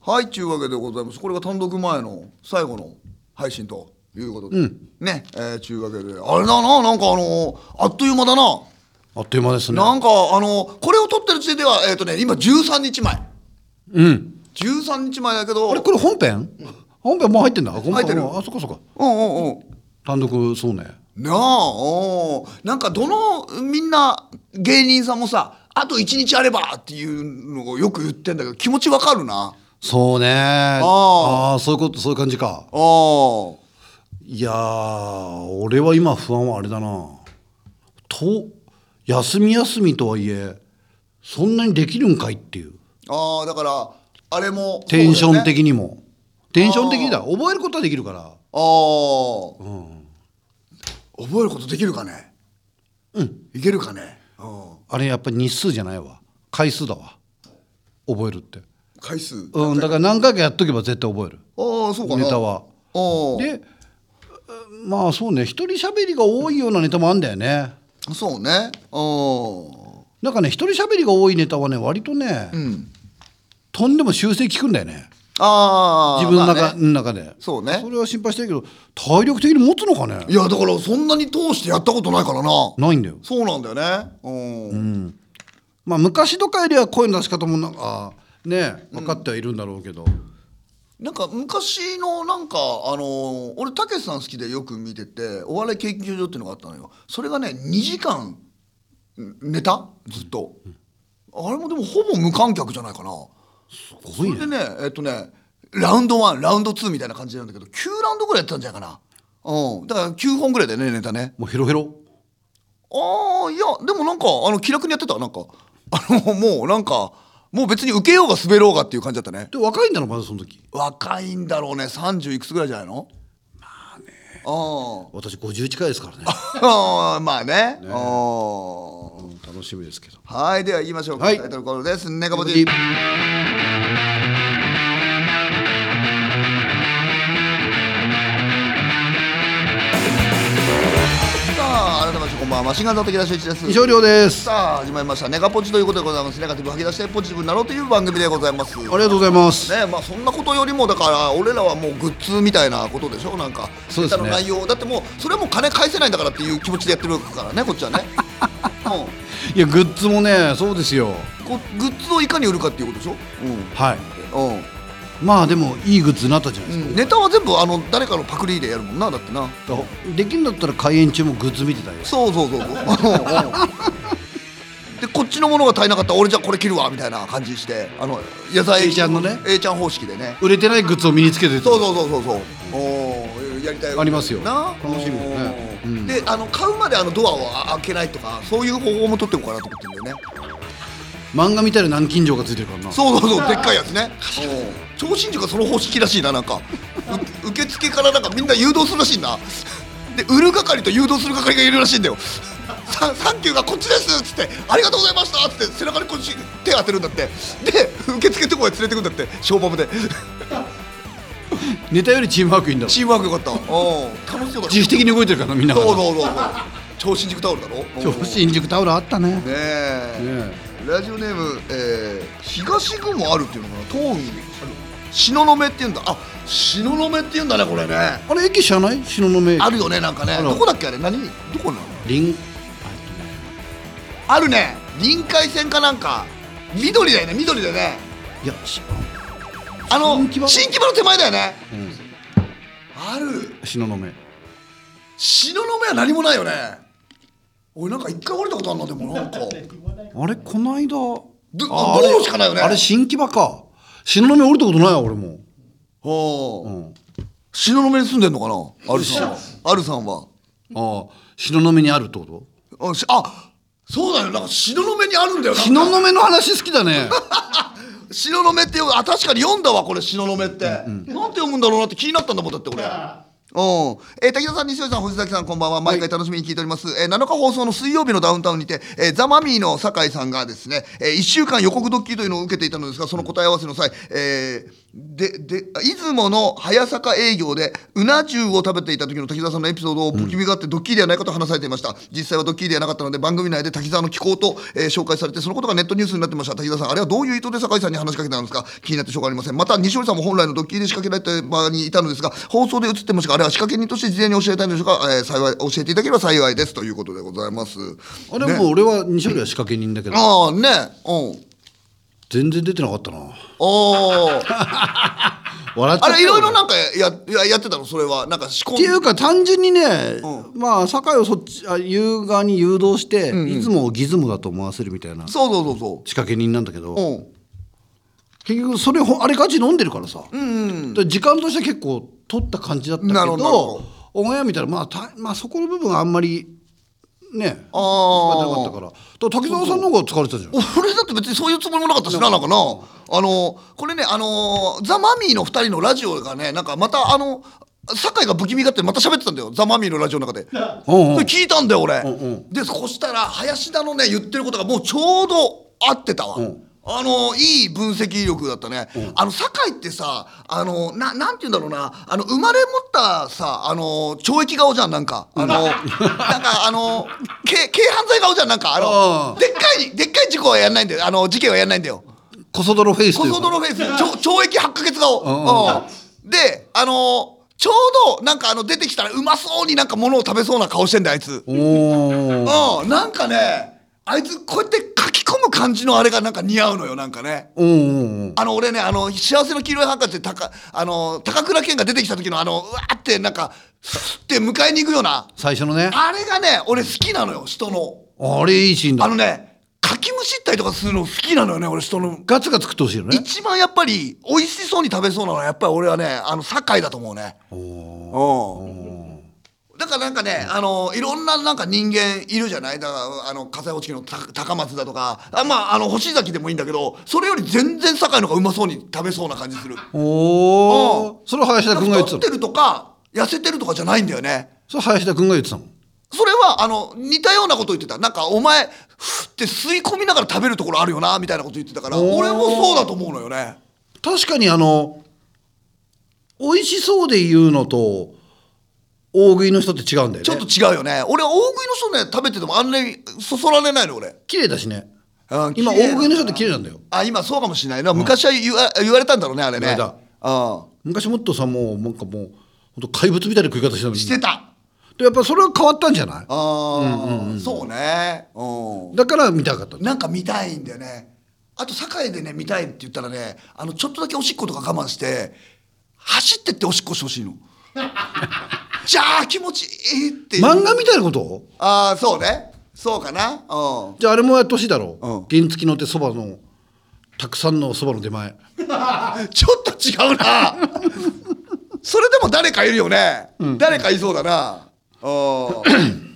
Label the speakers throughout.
Speaker 1: はいちゅうわけでございますこれが単独前の最後の配信ということで、ねえー、ちゅうわけであれだななんかあのあっという間だな
Speaker 2: あっという間ですね
Speaker 1: なんかあのこれを撮ってる時点ではえっ、とね今13日前
Speaker 2: うん
Speaker 1: 13日前だけど
Speaker 2: あれこれ本編本編もう入ってんだ入
Speaker 1: 入ってる
Speaker 2: あそっかそっか
Speaker 1: うんうんうん
Speaker 2: 単独そうね
Speaker 1: なあおーなんかどのみんな芸人さんもさあと1日あればっていうのをよく言ってんだけど気持ちわかるな
Speaker 2: そうね
Speaker 1: あ
Speaker 2: ああーそういうことそういう感じか
Speaker 1: あー
Speaker 2: いやー俺は今不安はあれだなと休み休みとはいえそんなにできるんかいっていう
Speaker 1: あーだからあれも
Speaker 2: テンション
Speaker 1: そうだよね
Speaker 2: 的にも、テンション的にだ覚えることはできるから
Speaker 1: あー
Speaker 2: うん
Speaker 1: 覚えることできるかねうんいけるかねうん
Speaker 2: あれやっぱり日数じゃないわ回数だわ覚えるって
Speaker 1: 回数
Speaker 2: うんだから何回かやっとけば絶対覚える
Speaker 1: ああそうかな
Speaker 2: ネタは
Speaker 1: あー
Speaker 2: でうんまあそうね一人喋りが多いようなネタもあんだよね
Speaker 1: そうねあ
Speaker 2: なんかね一人喋りが多いネタはね割とね、
Speaker 1: あうん
Speaker 2: とんでも修正効くんだよね
Speaker 1: ああ
Speaker 2: 自分の中,、
Speaker 1: まあね
Speaker 2: 中で
Speaker 1: そうね
Speaker 2: それは心配してるけど体力的に持つのかね
Speaker 1: いやだからそんなに通してやったことないからな
Speaker 2: ないんだよ
Speaker 1: そうなんだよねうん、
Speaker 2: まあ昔とかよりは声の出し方もなんかね分かってはいるんだろうけど、
Speaker 1: なんか昔のなんかあのー俺たけしさん好きでよく見ててお笑い研究所っていうのがあったのよそれがね2時間んネタずっと、あれもでもほぼ無観客じゃないかな
Speaker 2: すごい
Speaker 1: それで
Speaker 2: ね
Speaker 1: ねえっとねラウンド1ラウンド2みたいな感じなんだけど9ラウンドぐらいやってたんじゃないかなうんだから9本ぐらいだよねネタね
Speaker 2: もうヘロヘロ
Speaker 1: ああいやでもなんかあの気楽にやってたなんかあのもうなんかもう別に受けようが滑ろうがっていう感じだったね
Speaker 2: で若いんだろまだその時
Speaker 1: 若いんだろうね30いくつぐらいじゃないのまあね
Speaker 2: 私50近いですからね
Speaker 1: ああ まあねあー
Speaker 2: うん楽しみですけど
Speaker 1: はいでは言いましょうか、
Speaker 2: はい
Speaker 1: タイトルコールですネガポジ
Speaker 2: は
Speaker 1: さあ改めましてこんばんはマシンガンズの武田修一です
Speaker 2: い以上量です
Speaker 1: さ
Speaker 2: あ
Speaker 1: あ始まりましたネガポジということでございますネガティブを吐き出してポジティブになろうという番組でございます
Speaker 2: りがとうございます、
Speaker 1: ねまあ、そんなことよりもだから俺らはもうグッズみたいなことでしょなんか
Speaker 2: そうですね
Speaker 1: ネタの内容だってもうそれはもう金返せないんだからっていう気持ちでやってるからねこっちは ね、
Speaker 2: いやグッズもねそうですよ
Speaker 1: うん、こグッズをいかに売るかっていうことでしょ、
Speaker 2: はい
Speaker 1: うんうん
Speaker 2: まあでもいいグッズになったじゃな
Speaker 1: う
Speaker 2: いです
Speaker 1: ん、ネタは全部あの誰かのパクリでやるもんなだってな
Speaker 2: か、できるんだったら開演中もグッズ見てたよ
Speaker 1: そうそう そうそううんうんでこっちのものが足りなかったら俺じゃあこれ切るわみたいな感じしてあの野菜
Speaker 2: A ちゃんのね
Speaker 1: A ちゃん方式でね
Speaker 2: 売れてないグッズを身につけてた
Speaker 1: そうそうそうそうそう。おおやりたい
Speaker 2: ありますよ
Speaker 1: な
Speaker 2: 楽しみだね
Speaker 1: おー
Speaker 2: うん
Speaker 1: であの買うまであのドアをあ開けないとかそういう方法も取っておこうかなと思ってるんだよね。
Speaker 2: 漫画みたいな南京錠がついてるからな
Speaker 1: そうそうそうでっかいやつね。おー超新塾がその方式らしいななんか。う受付からなんかみんな誘導するらしいな。で売る係と誘導する係がいるらしいんだよ。ササンキューがこっちですっつってありがとうございましたっつって背中にこっち手当てるんだってで受付とこへ連れてくんだってショーパブで
Speaker 2: ネタよりチームワークいいんだろ
Speaker 1: チームワークよかったおー楽しそうだった
Speaker 2: 自主的に動いてるからなみんなが
Speaker 1: そうそうそうそう。超新宿タオルだろ。
Speaker 2: 今日新宿タオルあったね
Speaker 1: ねえ。
Speaker 2: ね
Speaker 1: ラジオネーム、えー、東区もあるっていうのかな。東雲東雲って言うんだ。あ、東雲って言うんだねこれね。
Speaker 2: あれ駅知らない東雲駅
Speaker 1: あるよねなんかね。
Speaker 2: ある
Speaker 1: どこだっけあれ何？どこなの？
Speaker 2: 林
Speaker 1: あるね。臨海線かなんか。緑だよね緑だよね。
Speaker 2: いやし
Speaker 1: あの
Speaker 2: 新木場
Speaker 1: 新木場の手前だよね。
Speaker 2: うん
Speaker 1: ある。
Speaker 2: 東雲
Speaker 1: 東雲は何もないよね。俺なんか一回降りたことあるなでもなん か。
Speaker 2: あれこないだ
Speaker 1: ど
Speaker 2: あ
Speaker 1: 道路しかないよね
Speaker 2: あれ新木場か東雲降りたことないわ俺も
Speaker 1: お
Speaker 2: う
Speaker 1: お。
Speaker 2: ん
Speaker 1: 東雲に住んでんのかな。アルさんは。アルさんは。
Speaker 2: ああ東雲にあるってこと
Speaker 1: あしあそうだよなんか東雲にあるんだよ
Speaker 2: 東雲の話好きだね
Speaker 1: 東雲ってよあ確かに読んだわこれ東雲って、なんて読むんだろうなって気になったんだもんだってこれ。うんえー、滝田さん、西尾さん、星崎さん、こんばんは。毎回楽しみに聞いております。えー7日放送の水曜日のダウンタウンにて、えーザ・マミィの酒井さんがですね、え1週間予告ドッキリというのを受けていたのですが、その答え合わせの際、えーでであ出雲の早坂営業でうな重を食べていた時の滝沢さんのエピソードを不気味があってドッキリではないかと話されていました、実際はドッキリではなかったので番組内で滝沢の気候と、えー紹介されてそのことがネットニュースになってました滝沢さんあれはどういう意図で酒井さんに話しかけたんですか気になってしょうがありませんまた西堀さんも本来のドッキリで仕掛けられた場にいたのですが放送で映ってましたがあれは仕掛け人として事前に教えたいのでしょうか、えー幸い教えていただければ幸いですということでございます
Speaker 2: あれはもう俺は西堀は仕掛け人だけど
Speaker 1: ああねうん
Speaker 2: 全然出てなかったな
Speaker 1: ああ
Speaker 2: 笑っちゃ
Speaker 1: あ
Speaker 2: った
Speaker 1: れいろいろ
Speaker 2: 俺っ
Speaker 1: なんかやややってたのそれはなんか仕込ん
Speaker 2: ていうか単純にね、まあ酒井をそっちあ優雅に誘導して、いつもギズムだと思わせるみたいな仕
Speaker 1: そうそうそうそ
Speaker 2: 掛け人なんだけど、
Speaker 1: ううん
Speaker 2: 結局それほあれガチ飲んでるからさ、だから時間としては結構取った感じだったけ
Speaker 1: なるほ
Speaker 2: ど
Speaker 1: どなるほど
Speaker 2: オンエア見たら、まあ、たまあそこの部分はあんまりね
Speaker 1: あー
Speaker 2: 使えてなかったからだから滝沢さんの方が疲れてたじゃん
Speaker 1: 俺だって別にそういうつもりもなかったしななんかなあのこれねあのザ・マミーの2人のラジオがねなんかまたあの酒井が不気味がってまた喋ってたんだよザ・マミーのラジオの中で
Speaker 2: うんうん
Speaker 1: それ聞いたんだよ俺、
Speaker 2: んう
Speaker 1: でそしたら林田のね言ってることがもうちょうど合ってたわ、
Speaker 2: ん
Speaker 1: あのいい分析力だったね、あの酒井ってさあのななんて言うんだろうなあの生まれ持ったさあの懲役顔じゃんなんかあ の、なんかあの軽軽犯罪顔じゃんなんかあの
Speaker 2: う
Speaker 1: でっかいでっかい事故はやんないんだよあの事件はやんないんだよ
Speaker 2: コソ泥フェイスと
Speaker 1: 小
Speaker 2: いうか
Speaker 1: 僧泥フェイスちょ懲役8ヶ月顔、
Speaker 2: ん
Speaker 1: うんであのちょうどなんかあの出てきたらうまそうになんか物を食べそうな顔してんだよあいつ。
Speaker 2: おー
Speaker 1: うん、なんかね、あいつこうやって書き込む感じのあれがなんか似合うのよ、なんかね。
Speaker 2: うんうんうん
Speaker 1: あの俺ね、あの幸せの黄色いハンカチで高、あの高倉健が出てきた時のあのうわーってなんか。スッって迎えに行くような、
Speaker 2: 最初のね
Speaker 1: あれがね、俺好きなのよ、人の。
Speaker 2: あれいいシーン
Speaker 1: あ
Speaker 2: だ
Speaker 1: のね、かきむしったりとかするの好きなのよね、俺人の。
Speaker 2: ガツガツ食ってほしいよね
Speaker 1: 一番やっぱり美味しそうに食べそうなのはやっぱり俺はねあの堺だと思うねうんだからなんかねあのいろんななんか人間いるじゃないだからあの火災報知器のた高松だとかあまああの星崎でもいいんだけどそれより全然堺の方がうまそうに食べそうな感じ する
Speaker 2: おおそれは林田君が言って
Speaker 1: 太
Speaker 2: た
Speaker 1: っ
Speaker 2: の
Speaker 1: てるとか痩せてるとかじゃないんだよね
Speaker 2: それは林田君が言ってたの
Speaker 1: それはあの似たようなこと言ってたなんかお前ふって吸い込みながら食べるところあるよなみたいなこと言ってたから
Speaker 2: おー
Speaker 1: 俺もそうだと思うのよね
Speaker 2: 確かにあの美味しそうで言うのと大食いの人って違うんだよね
Speaker 1: ちょっと違うよね。俺、大食いの人ね、食べててもあんなにそそられないの、俺。
Speaker 2: 綺麗だしね
Speaker 1: あ
Speaker 2: 今
Speaker 1: 綺麗
Speaker 2: 大食いの人って綺麗なんだよ
Speaker 1: あ、今そうかもしれないな。昔は言わ言われたんだろうね、あれね。
Speaker 2: 言われ
Speaker 1: うん。
Speaker 2: 昔もっとさもうなんかもうほんと怪物みたいな食い方してたのに
Speaker 1: してた。
Speaker 2: でやっぱそれは変わったんじゃない
Speaker 1: あーそうね。う
Speaker 2: だから見たかった
Speaker 1: ん。なんか見たいんだよね。あと、堺でね、見たいって言ったらね、あの、ちょっとだけおしっことか我慢して、走ってっておしっこしてほしい の。じゃあ、気持ちいいっていう。
Speaker 2: 漫画みたいなこと
Speaker 1: ああ、そうね。そうかな。うん。
Speaker 2: じゃああれもやってほしいだろ
Speaker 1: うん
Speaker 2: 原付き乗ってそばのたくさんのそばの出前
Speaker 1: ちょっと違うな。それでも誰かいるよね。誰かいそうだな。うん。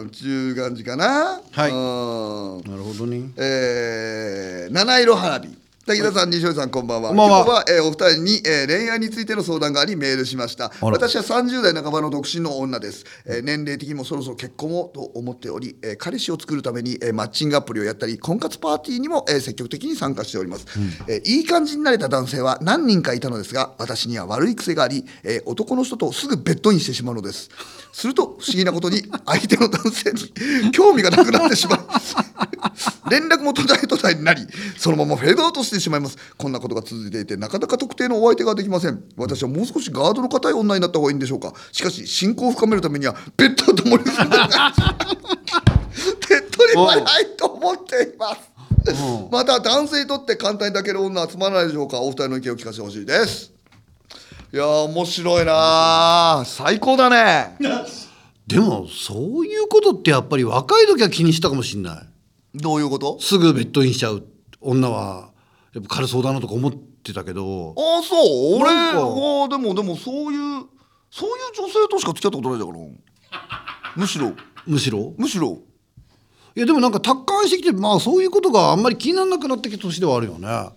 Speaker 1: うん、中間時かな。
Speaker 2: はい
Speaker 1: うん。
Speaker 2: なるほどね
Speaker 1: えー七色花火。滝田さん、西尾さん、こんばんは。
Speaker 2: こんばん
Speaker 1: 今
Speaker 2: は
Speaker 1: 日は、えーお二人に、えー恋愛についての相談があり、メールしました。
Speaker 2: ら
Speaker 1: 私は30代半ばの独身の女です、えー年齢的にもそろそろ結婚をと思っており、えー彼氏を作るために、えーマッチングアプリをやったり婚活パーティーにも、えー積極的に参加しております、えーいい感じになれた男性は何人かいたのですが私には悪い癖があり、えー男の人とすぐベッドインしてしまうのですすると不思議なことに相手の男性に 興味がなくなってしまう 連絡も途絶え途絶えになりそのままフェードアウトしてしまいますこんなことが続いていてなかなか特定のお相手ができません私はもう少しガードの固い女になった方がいいんでしょうかしかし信仰を深めるためにはベッドを共にするのが手っ取り早いと思っています
Speaker 2: う
Speaker 1: また男性にとって簡単に抱ける女はつまらないでしょうかお二人の意見を聞かせてほしいですいやー面白いなー最高だね
Speaker 2: でもそういうことってやっぱり若い時は気にしたかもしんない
Speaker 1: どういうこと
Speaker 2: すぐベッドインしちゃう女はやっぱ軽そうだなとか思ってたけど
Speaker 1: ああそう俺
Speaker 2: なんか
Speaker 1: はでもでもそういうそういう女性としか付き合ったことないじゃんからむしろ
Speaker 2: むしろ
Speaker 1: むしろ
Speaker 2: いやでもなんか達観してきてまあそういうことがあんまり気にならなくなってきた年ではあるよね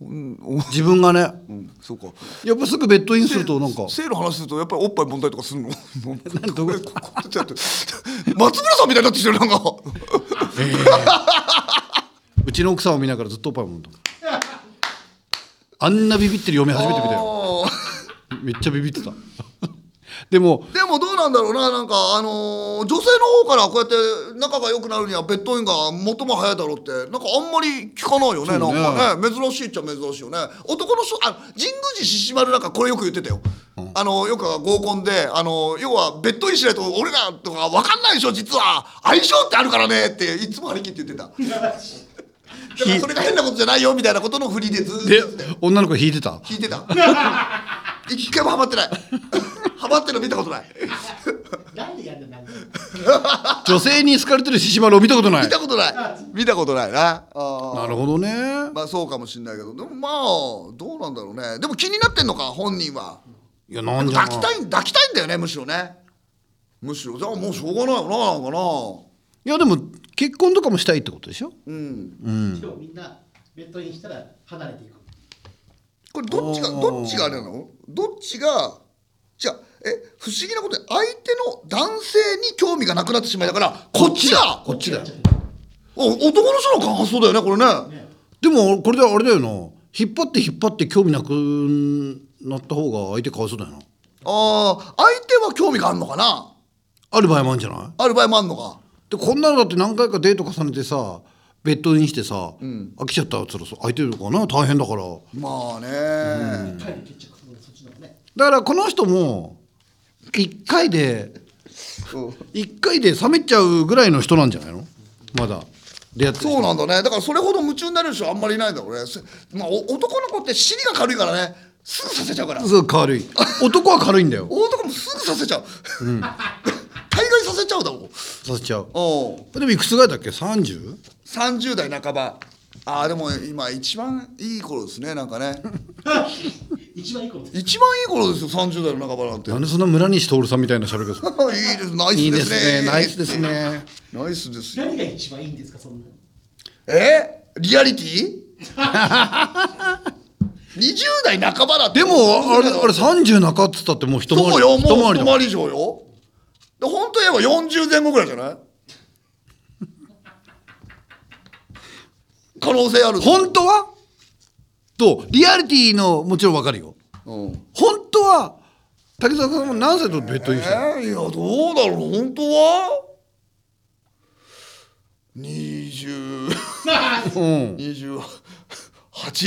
Speaker 1: うん、お
Speaker 2: 自分がね
Speaker 1: うん、そうか
Speaker 2: やっぱすぐベッドインするとなんか
Speaker 1: 性の話するとやっぱりおっぱい問題とかすん のなんか
Speaker 2: なんどこ
Speaker 1: ここってやって松村さんみたいになってきてる なんか
Speaker 2: うちの奥さんを見ながらずっとおっぱいもんとあんなビビってる嫁初めて見たよ
Speaker 1: よ
Speaker 2: めっちゃビビってた でも
Speaker 1: でもどうなんだろうななんかあのー女性の方からこうやって仲が良くなるにはベッドインが最も早いだろうってなんかあんまり聞かないよね
Speaker 2: そうね
Speaker 1: なんかね珍しいっちゃ珍しいよね男の人あ神宮寺獅子丸なんかこれよく言ってたよ、あのよく合コンであの要はベッドインしないと俺らとか分かんないでしょ実は相性ってあるからねっていつも張り切って言ってただからそれが変なことじゃないよみたいなことの振りでずーっと
Speaker 2: で
Speaker 1: 言ってたよ
Speaker 2: 女の子引いてた
Speaker 1: 聞いてた一回もハマってないハマってるの見たことない
Speaker 3: なんでやんだなんで
Speaker 2: 女性に好かれてる獅子丸を見たことない
Speaker 1: 見たことない見たことないなあ
Speaker 2: なるほどね
Speaker 1: ーまあそうかもしれないけどでもまあどうなんだろうねでも気になってんのか本人はい
Speaker 2: やなんじゃな
Speaker 1: 抱きたい抱きたいんだよねむしろねむしろじゃあもうしょうがないよななんかない
Speaker 2: やでも結婚とかもしたいってことでしょ
Speaker 1: うん
Speaker 3: 今日みんなベッドインしたら離れていく
Speaker 1: これどっちが
Speaker 2: あー
Speaker 1: どっちがあれなのどっちがじゃあえ不思議なことで相手の男性に興味がなくなってしまいだからこっちだ
Speaker 2: こっちだよ
Speaker 1: お男の人の感想だよねこれね
Speaker 3: ね
Speaker 2: でもこれであれだよな引っ張って引っ張って興味なくなった方が相手かわいそうだよな
Speaker 1: ああ相手は興味があるのかな
Speaker 2: ある場合もあるんじゃない
Speaker 1: ある場合もあるのか
Speaker 2: でこんなのだって何回かデート重ねてさベッドインしてさ、飽きちゃったらそろそろ相手とかな大変だから
Speaker 1: まあね、
Speaker 3: 帰る決着するのそっちの方がね
Speaker 2: だからこの人も1回で
Speaker 1: うん
Speaker 2: 1回で冷めちゃうぐらいの人なんじゃないのまだ出会ってる人
Speaker 1: そうなんだねだからそれほど夢中になれる人はあんまりいないんだろうね、せまあ、お男の子って尻が軽いからねすぐさせちゃうから
Speaker 2: そう軽い男は軽いんだよ
Speaker 1: 男もすぐさせちゃう、 大概させちゃうだもん
Speaker 2: させちゃう
Speaker 1: おう
Speaker 2: でもいくつぐらいだっけ 30?
Speaker 1: 30代半ばああでも今一番いい頃ですねなんか ね
Speaker 3: 一番いいこと
Speaker 1: 一番いい頃ですよ30代の半ばなんてい
Speaker 2: なんでそんな村西徹さんみたいな喋り方する
Speaker 1: いですナイスですね
Speaker 2: いいですねナイスですね
Speaker 1: ナイスですよ
Speaker 3: 何が一番いいんですかそんなの
Speaker 1: えリアリティ ?20 代半ばだって
Speaker 2: でもあれあれ30中っつったってもう一回り
Speaker 1: そうよ、
Speaker 2: 一回
Speaker 1: もう
Speaker 2: り
Speaker 1: 一
Speaker 2: だ
Speaker 1: 回り以上よ。で本当言えば40前後ぐらいじゃない 可能性ある。
Speaker 2: 本当はとリアリティのもちろんわかるよ
Speaker 1: うん。
Speaker 2: 本当は滝沢さんも何歳とベッドイ
Speaker 1: え
Speaker 2: ンしたの、
Speaker 1: ー、いや、どうだろう、本当は ?20、
Speaker 2: うん、
Speaker 1: 28?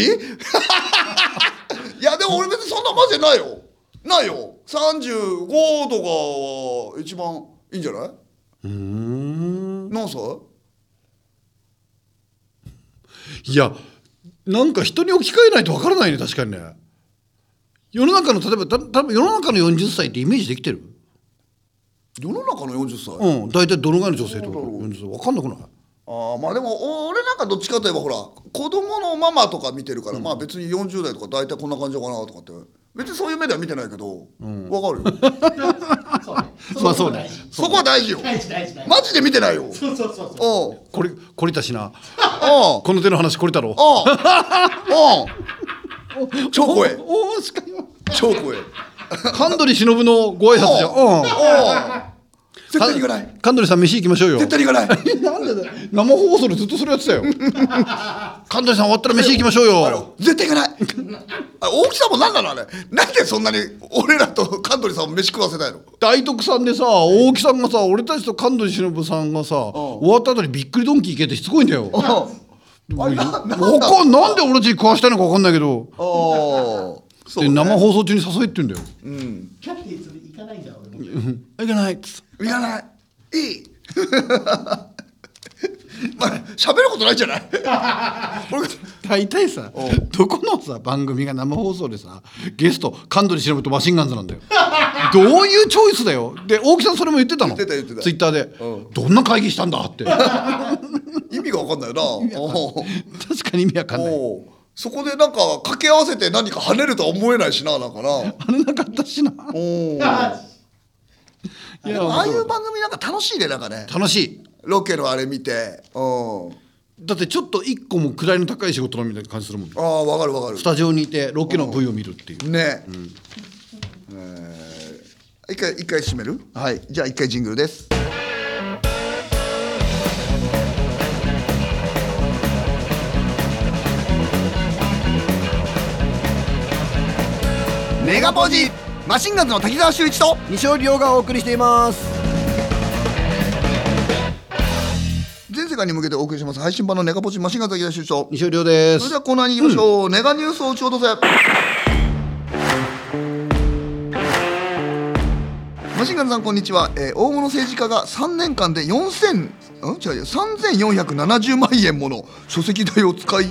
Speaker 1: いや、でも俺別にそんなマジでないよ。ないよ。35とかは一番いいんじゃない
Speaker 2: うん
Speaker 1: 何歳
Speaker 2: いやなんか人に置き換えないとわからないね確かにね世の中の例えばた多分世の中の40歳ってイメージできてる
Speaker 1: 世の中の40歳、
Speaker 2: うん大体どのぐらいの女性と
Speaker 1: ど
Speaker 2: か
Speaker 1: うだろう
Speaker 2: 40歳わかんなくない
Speaker 1: ああまあでも俺なんかどっちかといえばほら子供のママとか見てるから、まあ別に40代とか大体こんな感じかなとかって別にそういう目では見てないけど、わかるよ
Speaker 3: そうね
Speaker 2: まあそうね
Speaker 3: 大事
Speaker 1: そこは大事よ
Speaker 3: 大事大事大事
Speaker 1: マジで見てないよ
Speaker 3: そうそうそうそう
Speaker 1: おう
Speaker 2: これこれたしな
Speaker 1: おう
Speaker 2: この手の話これたろ
Speaker 1: おうおう超怖え
Speaker 2: おおしかよ
Speaker 1: 超怖え
Speaker 2: 神取忍のご挨拶じゃん
Speaker 1: おうおう
Speaker 2: うん
Speaker 1: 絶対に行かない
Speaker 2: 神取さん飯行きましょうよ
Speaker 1: 絶対に行かない
Speaker 2: なんでだよ生放送でずっとそれやって たよ神取さん終わったら飯行きましょうよ
Speaker 1: 絶対行かないあ大きさも何なのあれなんでそんなに俺らとカントリーさんを飯食わせないの
Speaker 2: 大徳さんでさ大木さんがさ俺たちと神取忍さんがさ終わった後にびっくりドンキー行けってしつこいんだよわ
Speaker 1: おうあれな
Speaker 2: か
Speaker 1: なんんだ
Speaker 2: なんで俺たちに食わしたいのかわかんないけど
Speaker 1: おう そう
Speaker 2: で
Speaker 1: ね
Speaker 2: 生放送中に誘いって言うんだよ
Speaker 3: キャプテンそれ行かないんだ俺も
Speaker 2: あ行かないっつって
Speaker 1: いらない。い い。まあ、喋ることないじ ゃない。俺が
Speaker 2: 大体さどこのさ番組が生放送でさゲスト神取忍とマシンガンズなんだよ どういうチョイスだよで大木さんそれも言ってたの
Speaker 1: 言ってた言ってた
Speaker 2: ツイッターで、
Speaker 1: う
Speaker 2: どんな会議したんだって
Speaker 1: 意味がわかんないな。おう
Speaker 2: 確かに意味わかんない
Speaker 1: おう。そこでなんか掛け合わせて何か跳ねるとは思えないしな、なんかな。
Speaker 2: あれなかったしな
Speaker 1: おう
Speaker 3: あ
Speaker 2: いや
Speaker 1: ああいう番組なんか楽しいね、なんかね。
Speaker 2: 楽しい
Speaker 1: ロケのあれ見て。うん。
Speaker 2: だってちょっと一個も位の高い仕事のみたいな感じするもん
Speaker 1: ああ、わかるわか
Speaker 2: ス
Speaker 1: る。
Speaker 2: タジオにいてロケの V を見るっていう
Speaker 1: ね。えー一回、一回締める。はい、じゃあ、一回ジングルです。メガポージマシンガンズの滝沢秀一と
Speaker 4: 西尾亮がお送りしています
Speaker 1: 全世界に向けてお送りします配信版のネガポジマシンガンズ滝沢秀一と
Speaker 2: 西尾亮で
Speaker 1: それ
Speaker 2: す
Speaker 1: ではコーナーに行きましょう、ネガニュースを打ち落とせマシンガンズさんこんにちは、えー大物政治家が3年間で4000ん違う違う3470万円もの書籍代を使い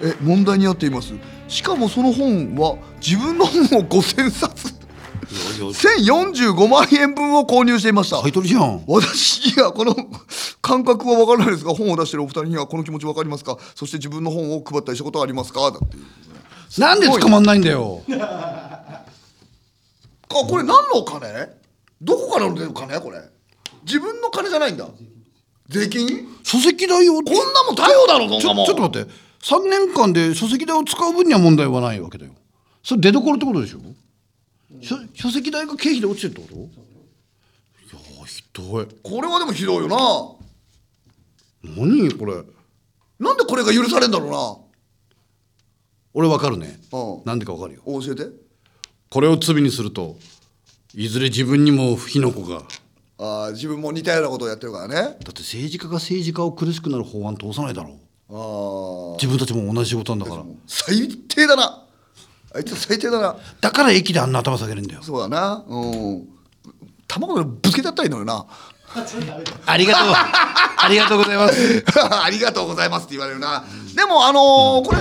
Speaker 1: え問題になっていますしかもその本は自分の本を5000冊1045万円分を購入していました
Speaker 2: 買い取りじゃん
Speaker 1: 私にはこの感覚は分からないですが本を出してるお二人にはこの気持ち分かりますかそして自分の本を配ったりしたことはありますかだっていう
Speaker 2: なんで捕まんないんだよ
Speaker 1: あこれ何のお金どこから出る金これ自分の金じゃないんだ税金
Speaker 2: 書籍代を
Speaker 1: こんなもん逮捕だろ
Speaker 2: ち
Speaker 1: そんなも
Speaker 2: ょ
Speaker 1: ん
Speaker 2: ちょっと待って3年間で書籍代を使う分には問題はないわけだよそれ出所ってことでしょ書書籍代が経費で落ちてるってこといやーひどい
Speaker 1: これはでもひどいよな
Speaker 2: 何これ
Speaker 1: なんでこれが許されんだろうな
Speaker 2: 俺わかるね
Speaker 1: うん
Speaker 2: なんでかわかるよ
Speaker 1: お教えて
Speaker 2: これを罪にするといずれ自分にも火の粉がだ
Speaker 1: あー自分も似たようなことをやってるからね
Speaker 2: って政治家が政治家を苦しくなる法案通さないだろう
Speaker 1: あー
Speaker 2: 自分たちも同じ仕事なんだから
Speaker 1: 最低だなあいつ最低だな
Speaker 2: だから駅であんな頭下げるんだよ
Speaker 1: そうだなうん卵でぶつけちゃったらいいのよな
Speaker 3: あ、それダメだ。
Speaker 2: ありがと うありがとうございます
Speaker 1: ありがとうございますって言われるな、でもあのーこれ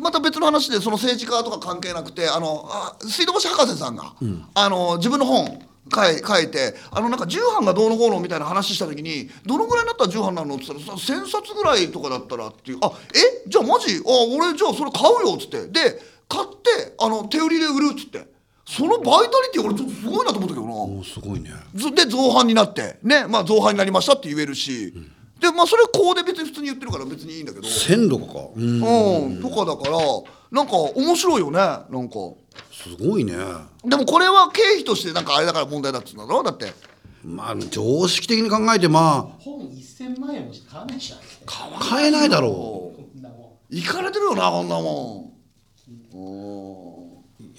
Speaker 1: また別の話でその政治家とか関係なくてあのあ水道橋博士さんが、あのー自分の本書い書いてあのなんか重版がどうのこうのみたいな話した時にどのぐらいになったら重版なのって言ったらさ1,000冊ぐらいとかだったらっていうあえじゃあマジあ俺じゃあそれ買うよっつってで買ってあの手売りで売るっつってそのバイタリティ俺ちょっとすごいなと思ったけどな。
Speaker 2: もうすごいね
Speaker 1: ずで造反になってねまあ造反になりましたって言えるし、でまあそれはこうで別に普通に言ってるから別にいいんだけど
Speaker 2: 線路かうん
Speaker 1: うんとかだからなんか面白いよねなんかです
Speaker 2: ごいね
Speaker 1: もこれは経費としてなんかあれだから問題だっつうんだろだって
Speaker 2: まあ常識的に考えてま
Speaker 3: 本1000万円もして買わないじゃん。こ
Speaker 2: あ買えないだろ
Speaker 3: んなも
Speaker 1: いかれてるよなこんなもんお
Speaker 2: う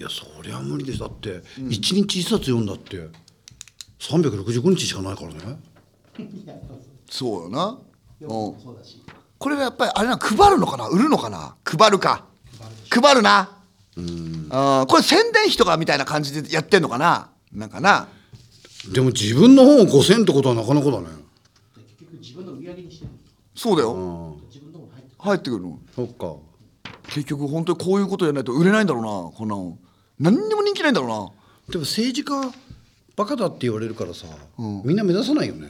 Speaker 2: いやそりゃ無理ですだって一日一冊読んだって365日しかないからね
Speaker 3: ん。いや、そうそ
Speaker 1: ーそ
Speaker 3: う。
Speaker 1: うよなう
Speaker 3: 読むの
Speaker 1: ん
Speaker 3: もそうだし。
Speaker 1: これはやっぱりあれな配るのかな売るのかな配るか配るなうんあーこれ宣伝費とかみたいな感じでやってんのかななんかな
Speaker 2: でも自分の本を5000ってことはなかなかだね
Speaker 3: で結局自分の売り上げにしてる。
Speaker 1: そうだ
Speaker 2: う
Speaker 1: よ
Speaker 2: ん
Speaker 3: 自分のも入ってく
Speaker 1: 入ってくるの
Speaker 2: そっか
Speaker 1: 結局本当にこういうことやらないと売れないんだろうなこんなの何にも人気ないんだろうな
Speaker 2: でも政治家バカだって言われるからさ、みんな目指さないよね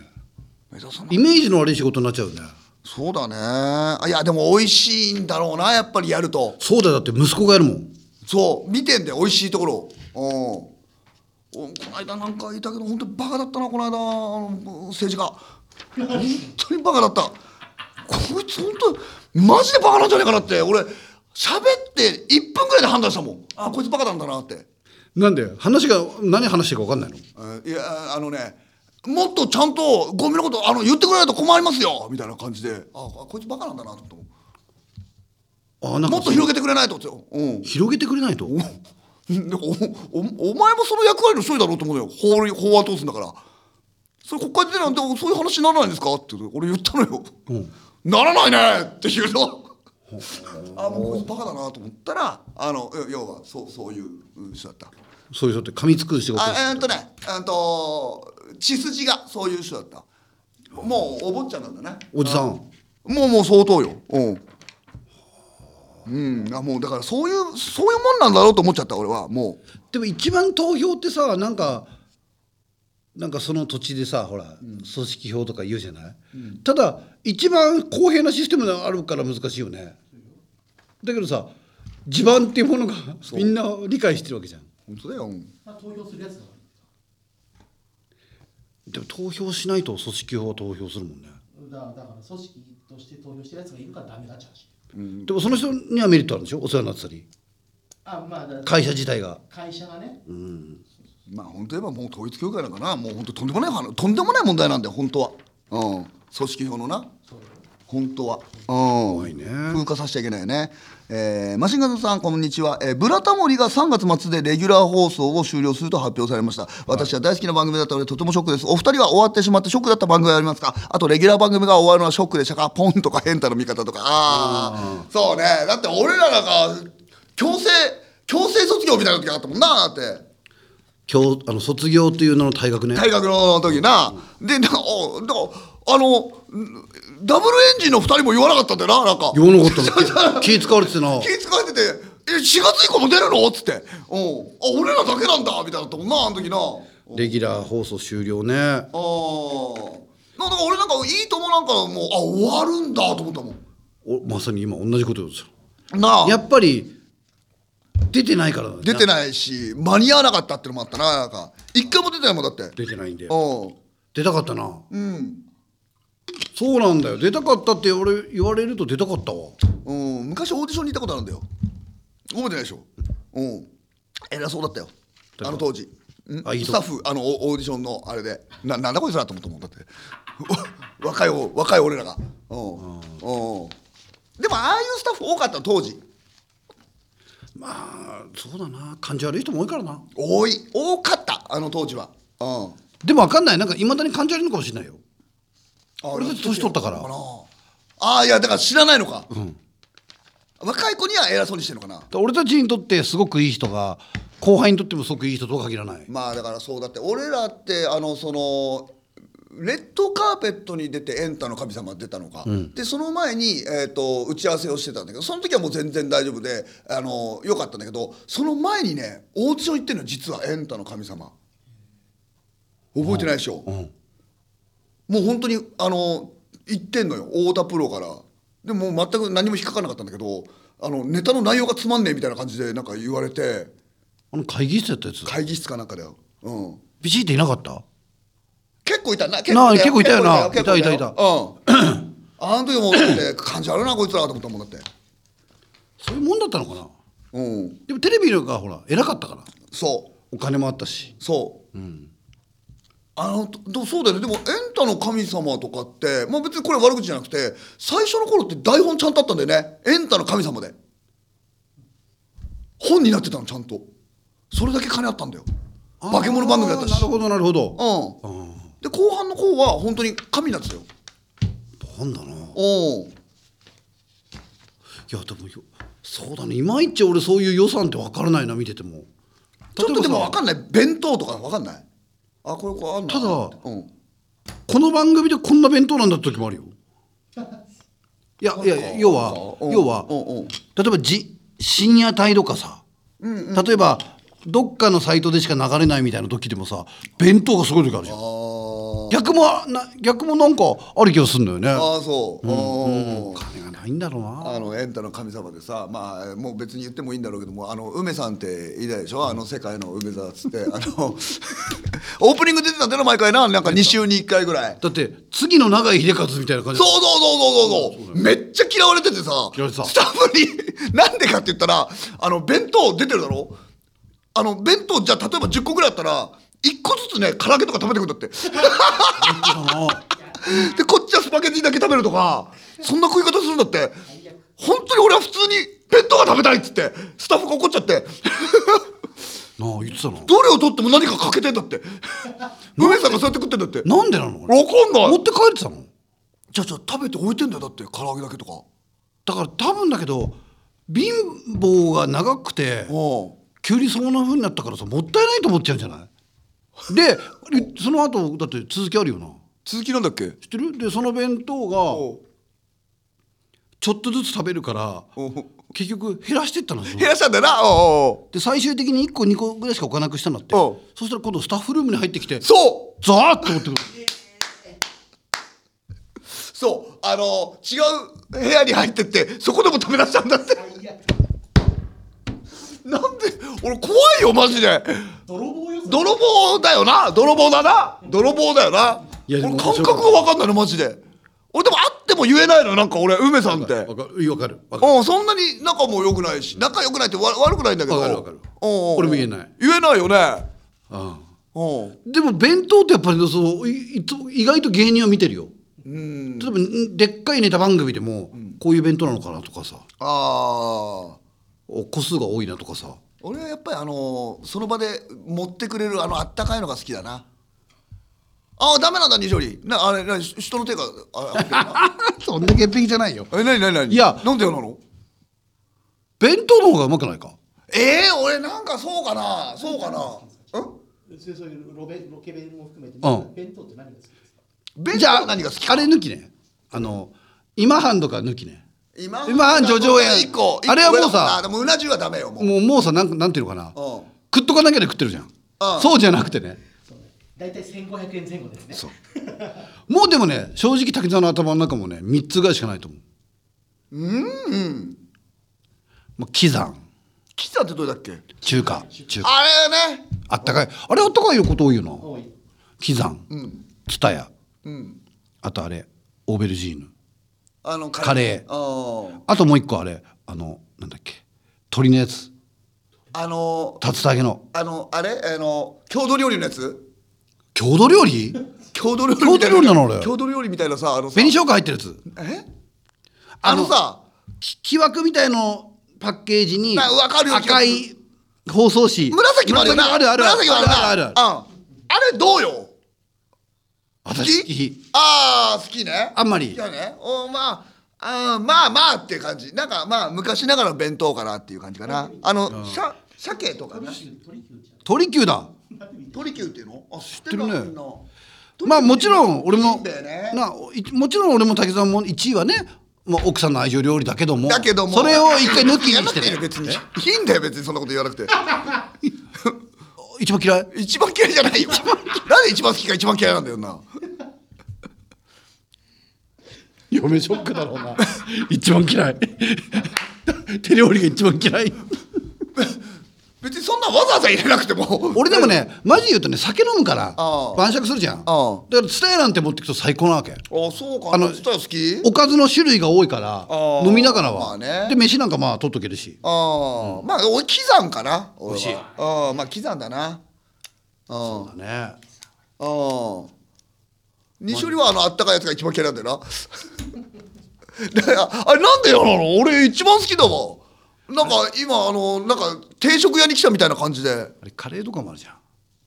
Speaker 1: 目指さない
Speaker 2: イメージの悪い仕事になっちゃうね
Speaker 1: そうだねあいやでも美味しいんだろうなやっぱりやると
Speaker 2: そうだよだって息子がやるもん
Speaker 1: そう見てんだよ美味しいところをうんおこの間なんかいたけど本当にバカだったなこの間あの政治家本当にバカだったこいつ本当にマジでバカなんじゃないかなって俺喋って1分ぐらいで判断したもんあこいつバカなんだなって
Speaker 2: なんで話が何話してるか分かんないの
Speaker 1: えーいやあのねもっとちゃんとゴミのことあの言ってくれないと困りますよみたいな感じでああこいつバカなんだなと思って
Speaker 2: あなんか
Speaker 1: もっと広げてくれないとってうん
Speaker 2: 広げてくれないと
Speaker 1: でおおお前もその役割の一人だろうと思うのよ法律法案通すんだからそれ国会でなんでそういう話にならないんですかって俺言ったのよ、ならないねって言うのあもうこいつバカだなと思ったらあの要要はそうそういううん人だった
Speaker 2: そういう人って噛みつく仕事
Speaker 1: あえーっとねえーっと血筋がそういう人だったもうお坊ちゃんなんだね
Speaker 2: おじさん
Speaker 1: もうもう相当ようんうんあもうだからそういうそういうもんなんだろうと思っちゃった俺はもう
Speaker 2: でも一番投票ってさなんかなんかその土地でさほら、組織票とか言うじゃない、ただ一番公平なシステムがあるから難しいよねだけどさ地盤っていうものが みんな理解してるわけじゃん
Speaker 1: 本当だよ
Speaker 3: る。まあ、投票するやつだから。
Speaker 2: でも投票しないと組織票は投票するもんね、
Speaker 3: だだから組織として投票してるやつがいるからダメだっちゃうし。
Speaker 2: でもその人にはメリットあるんでしょお世話になってたり
Speaker 3: あ、まあ、だ
Speaker 2: 会社自体が
Speaker 3: 会社がね、
Speaker 1: まあ本当言えばもう統一教会なんかなもう本当とんでもない話とんでもない問題なんだよ本当はうん組織票のな
Speaker 3: そうよ
Speaker 1: 本当はうん
Speaker 2: いね
Speaker 1: 風化させちゃいけないよね、えーマシンガンズさんこんにちは、えーブラタモリが3月末でレギュラー放送を終了すると発表されました私は大好きな番組だったのでとてもショックですお二人は終わってしまってショックだった番組はありますかあとレギュラー番組が終わるのはショックでしたかポンとか変態の見方とかああそうねだって俺らなんか強制強制卒業みたいな時あったもんなだって
Speaker 2: 今日あの卒業という名の退学ね
Speaker 1: 大学の時な、でなおだからあのんダブルエンジンの2人も言わなかったんだよななんか
Speaker 2: 言わなかったの気使われてたな
Speaker 1: 気使われてて「え4月以降も出るの?」っつって「おうあ俺らだけなんだ」みたいだったもんなあの時な
Speaker 2: レギュラー放送終了ね
Speaker 1: あーなんか俺なんかいいともなんかもうあ終わるんだと思ったもん
Speaker 2: おまさに今同じことですよ
Speaker 1: な
Speaker 2: や
Speaker 1: あ
Speaker 2: っぱり出てないからだね
Speaker 1: 出てないし間に合わなかったってのもあったななんか一回も出てないもんだって
Speaker 2: 出てないんで
Speaker 1: おう
Speaker 2: 出たかったな
Speaker 1: うん
Speaker 2: そうなんだよ出たかったって俺言われると出たかったわ
Speaker 1: うん、昔オーディションに行ったことあるんだよ覚えてないでしょうん偉そうだったよあの当時ん
Speaker 2: あいい
Speaker 1: ス
Speaker 2: と
Speaker 1: タ
Speaker 2: こ
Speaker 1: ッフあのオオーディションのあれでななんだこいつらと思ったもんだって 若いお若い俺らがうんうんでもああいうスタッフ多かった当時
Speaker 2: まあそうだな感じ悪い人も多いからな
Speaker 1: 多い多かったあの当時はうん
Speaker 2: でも分かんないなんかいまだに感じ悪いのかもしれないよ
Speaker 1: あ
Speaker 2: 俺たち年取ったから
Speaker 1: ああーいやだから知らないのか、若い子には偉そうにしてるのかな
Speaker 2: だから俺たちにとってすごくいい人が後輩にとってもすごくいい人とは限らない
Speaker 1: まあだからそうだって俺らってあのそのレッドカーペットに出て「エンタの神様」出たのか、でその前に、えー、と打ち合わせをしてたんだけどその時はもう全然大丈夫であのよかったんだけどその前にねオーディション行ってるの実は「エンタの神様」覚えてないでしょ、もう本当にあの行ってんのよ太田プロからでもう全く何も引っかからなかったんだけどあのネタの内容がつまんねえみたいな感じでなんか言われて
Speaker 2: あの会議室やったやつ
Speaker 1: 会議室かなんかだようん。
Speaker 2: ビシッていなかった
Speaker 1: 結構いたな結
Speaker 2: なあ結構いたよな
Speaker 1: 結構
Speaker 2: いたいたいた
Speaker 1: うん あの時もだって感じあるなこいつらと思ったもんだって
Speaker 2: そういうもんだったのかな
Speaker 1: うん
Speaker 2: でもテレビがほら偉かったから
Speaker 1: そ
Speaker 2: お金もあったし
Speaker 1: うそう、あのどそうだよねでも「エンタの神様」とかって、まあ、別にこれ悪口じゃなくて最初の頃って台本ちゃんとあったんだよね「エンタの神様で」本になってたのちゃんとそれだけ金あったんだよ化け物番組だったし
Speaker 2: あーなるほどなるほど
Speaker 1: うんで後半の方は本当に神なんですよ
Speaker 2: なんだない
Speaker 1: うん
Speaker 2: やでもよそうだねいまいち俺そういう予算って分からないな見てても
Speaker 1: ちょっとでも分
Speaker 2: か
Speaker 1: かんない弁当とか分かんないあこれこれあんの
Speaker 2: ただ
Speaker 1: うん、
Speaker 2: この番組でこんな弁当なんだって 時もあるよいやいや要は
Speaker 1: うん
Speaker 2: 要は
Speaker 1: うんうん
Speaker 2: 例えばじ深夜帯とかさ例えばどっかのサイトでしか流れないみたいな時でもさ弁当がすごい時あるじゃん逆もな逆もなんかある気がするんだよね
Speaker 1: ああそう、うん
Speaker 2: お金がないんだろうな
Speaker 1: あのエンタの神様でさまあもう別に言ってもいいんだろうけどもあの梅さんっていたでしょあの世界の梅沢っつってあ のオープニング出てたんだよな毎回ななんか2週に1回ぐらい
Speaker 2: だって次の永井秀和みたいな感じ
Speaker 1: そうそうそうそうそうそうめっちゃ嫌われててさ
Speaker 2: 嫌われてた
Speaker 1: スタッフに なんでかって言ったらあの弁当出てるだろあの弁当じゃあ例えば10個ぐらいあったら1個ずつね唐揚げとか食べてくん だって。でこっちはスパゲティだけ食べるとかそんな食い方するんだって本当に俺は普通に弁当が食べたいっつってスタッフが怒っちゃって
Speaker 2: なあ言ってたな
Speaker 1: どれを取っても何か欠けてんだ って梅さんがそうやって食ってんだって
Speaker 2: なんでなの
Speaker 1: わかんな
Speaker 2: 持っ
Speaker 1: い
Speaker 2: て帰ってたの
Speaker 1: じゃあじゃあ食べて置いてんだよだって唐揚げだけとか
Speaker 2: だから多分だけど貧乏が長くて
Speaker 1: うん
Speaker 2: 急にそんな風になったからさもったいないと思っちゃうんじゃないでその後だって続きあるよな
Speaker 1: 続きなんだっけ
Speaker 2: 知ってるでその弁当がちょっとずつ食べるから
Speaker 1: お
Speaker 2: 結局減らしてったのよ
Speaker 1: 部屋さんだなおうおう
Speaker 2: で最終的に1個2個ぐらいしか置かなくしたんだって
Speaker 1: おう
Speaker 2: そしたら今度スタッフルームに入ってきて
Speaker 1: そう
Speaker 2: ザーッと持ってくる
Speaker 1: そうあの違う部屋に入ってってそこでも食べ出したんだってなんで俺怖いよマジで
Speaker 3: 泥棒よ
Speaker 1: 泥棒だよな泥棒だな泥棒だよない
Speaker 2: やでも
Speaker 1: 俺感覚が分かんないのマジで俺でもあっても言えないのなんか俺梅さんって
Speaker 2: わかるいやわかるわかる
Speaker 1: うんそんなに仲も良くないし仲良くないってわ悪くないんだけど
Speaker 2: わかるわかる
Speaker 1: うんうんうん
Speaker 2: 俺も言えない
Speaker 1: 言えないよね
Speaker 2: ああ
Speaker 1: うん
Speaker 2: でも弁当ってやっぱりそういいつも意外と芸人は見てるよ
Speaker 4: うん
Speaker 2: 例えばんでっかいネタ番組でもこういう弁当なのかなとかさ
Speaker 1: ああ
Speaker 2: お個数が多いなとかさ
Speaker 1: 俺はやっぱりあのーその場で持ってくれるあのあったかいのが好きだなああダメなんだ二条理なあれな人の手が あ
Speaker 2: そんな潔癖じゃないよ
Speaker 1: えなになになに
Speaker 2: いや
Speaker 1: なんでよなの
Speaker 2: 弁当の方がうまくないか
Speaker 1: ええ俺なんかそうかなそうかなうん
Speaker 3: うちそういうロベロケ弁も含め
Speaker 2: う
Speaker 3: て、
Speaker 2: ん
Speaker 3: 弁当って何が好きですか
Speaker 1: 弁
Speaker 2: じゃ
Speaker 1: 当
Speaker 2: あ
Speaker 1: 何が好きか
Speaker 2: あれ抜きねあの今半とか抜きね
Speaker 1: 今
Speaker 2: 今半叙々苑
Speaker 1: 一個
Speaker 2: あれはもうさ
Speaker 1: あでもうな重はダメよもう、
Speaker 2: もうもうさなんなんていうのかな
Speaker 1: うん
Speaker 2: 食っとかなきゃで食ってるじゃん
Speaker 1: あ
Speaker 2: そうじゃなくてね
Speaker 3: そうね。大体1500円前後ですね。そう。
Speaker 2: もうでもね正直滝沢の頭の中もね3つぐらいしかないと思ううん、まあ、喜山
Speaker 1: キザってどれだっけ
Speaker 2: 中華中華
Speaker 1: あれね
Speaker 2: あったかいあれあったかいよこと多いよな
Speaker 3: 多い。
Speaker 2: 喜山蔦屋
Speaker 1: うん
Speaker 2: あとあれオーベルジーヌ
Speaker 1: あの
Speaker 2: カレー
Speaker 1: ー
Speaker 2: あともう一個あれあのなんだっけ鳥のやつ
Speaker 1: あの
Speaker 2: 竜田揚げの
Speaker 1: あのあれあの郷土料理のやつ
Speaker 2: 郷土料理
Speaker 1: 郷土料理みたい
Speaker 2: 郷土料理なのあれ
Speaker 1: 郷土料理みたいなさあのさ
Speaker 2: 紅生姜入ってるやつ
Speaker 1: えあのさ
Speaker 2: き木枠みたいのパッケージに
Speaker 1: なわかるよ
Speaker 2: 赤い包装紙
Speaker 1: 紫もあるよな
Speaker 2: あるある
Speaker 1: 紫もあるな
Speaker 2: あるある
Speaker 1: うんあれどうよ
Speaker 2: 私好き
Speaker 1: ああ好きね
Speaker 2: あんまり
Speaker 1: 好きだねおまああーまあまあっていう感じなんかまあ昔ながらの弁当かなっていう感じかなあのさ鮭とかね
Speaker 3: 鳥牛じゃん。
Speaker 2: 鳥球だ
Speaker 1: 鳥牛っていうのあ知って
Speaker 2: て
Speaker 1: る
Speaker 2: るね
Speaker 1: ねみんな
Speaker 2: まあもちろん俺も、
Speaker 1: だよね
Speaker 2: ないもちろん俺も滝沢も1位はね、まあ、奥さんの愛情料理だけども
Speaker 1: だけども
Speaker 2: それを一回抜きにして、
Speaker 1: やんなくていいの別に
Speaker 2: え
Speaker 1: いいんだよ別にそんなこと言わなくて
Speaker 2: 一番嫌い
Speaker 1: 一番嫌いじゃないよなんで一番好きか一番嫌いなんだよな
Speaker 2: 嫁ショックだろうな一番嫌い手料理が一番嫌い
Speaker 1: 別にそんなわざわざ入れなくても
Speaker 2: 俺でもねマジ言うとね酒飲むから
Speaker 1: ああ
Speaker 2: 晩酌するじゃんだ
Speaker 1: あ
Speaker 2: からツタヤなんて持ってくと最高なわけ
Speaker 1: あそうか
Speaker 2: あ
Speaker 1: あの
Speaker 2: の
Speaker 1: スタイル好き
Speaker 2: おかずの種類が多いから
Speaker 1: ああ
Speaker 2: 飲みながらは、
Speaker 1: まあね
Speaker 2: で飯なんかまあ取っとけるし
Speaker 1: ああまあ俺刻んかな美
Speaker 2: 味しい
Speaker 1: ああまあ刻んだなうん
Speaker 2: そうだね
Speaker 1: ああ西寄りはあのあったかいやつが一番嫌いなんだ よなだからあれなんでよなの俺一番好きだわなんか今あのなんか定食屋に来たみたいな感じで
Speaker 2: あれカレーとかもあるじゃん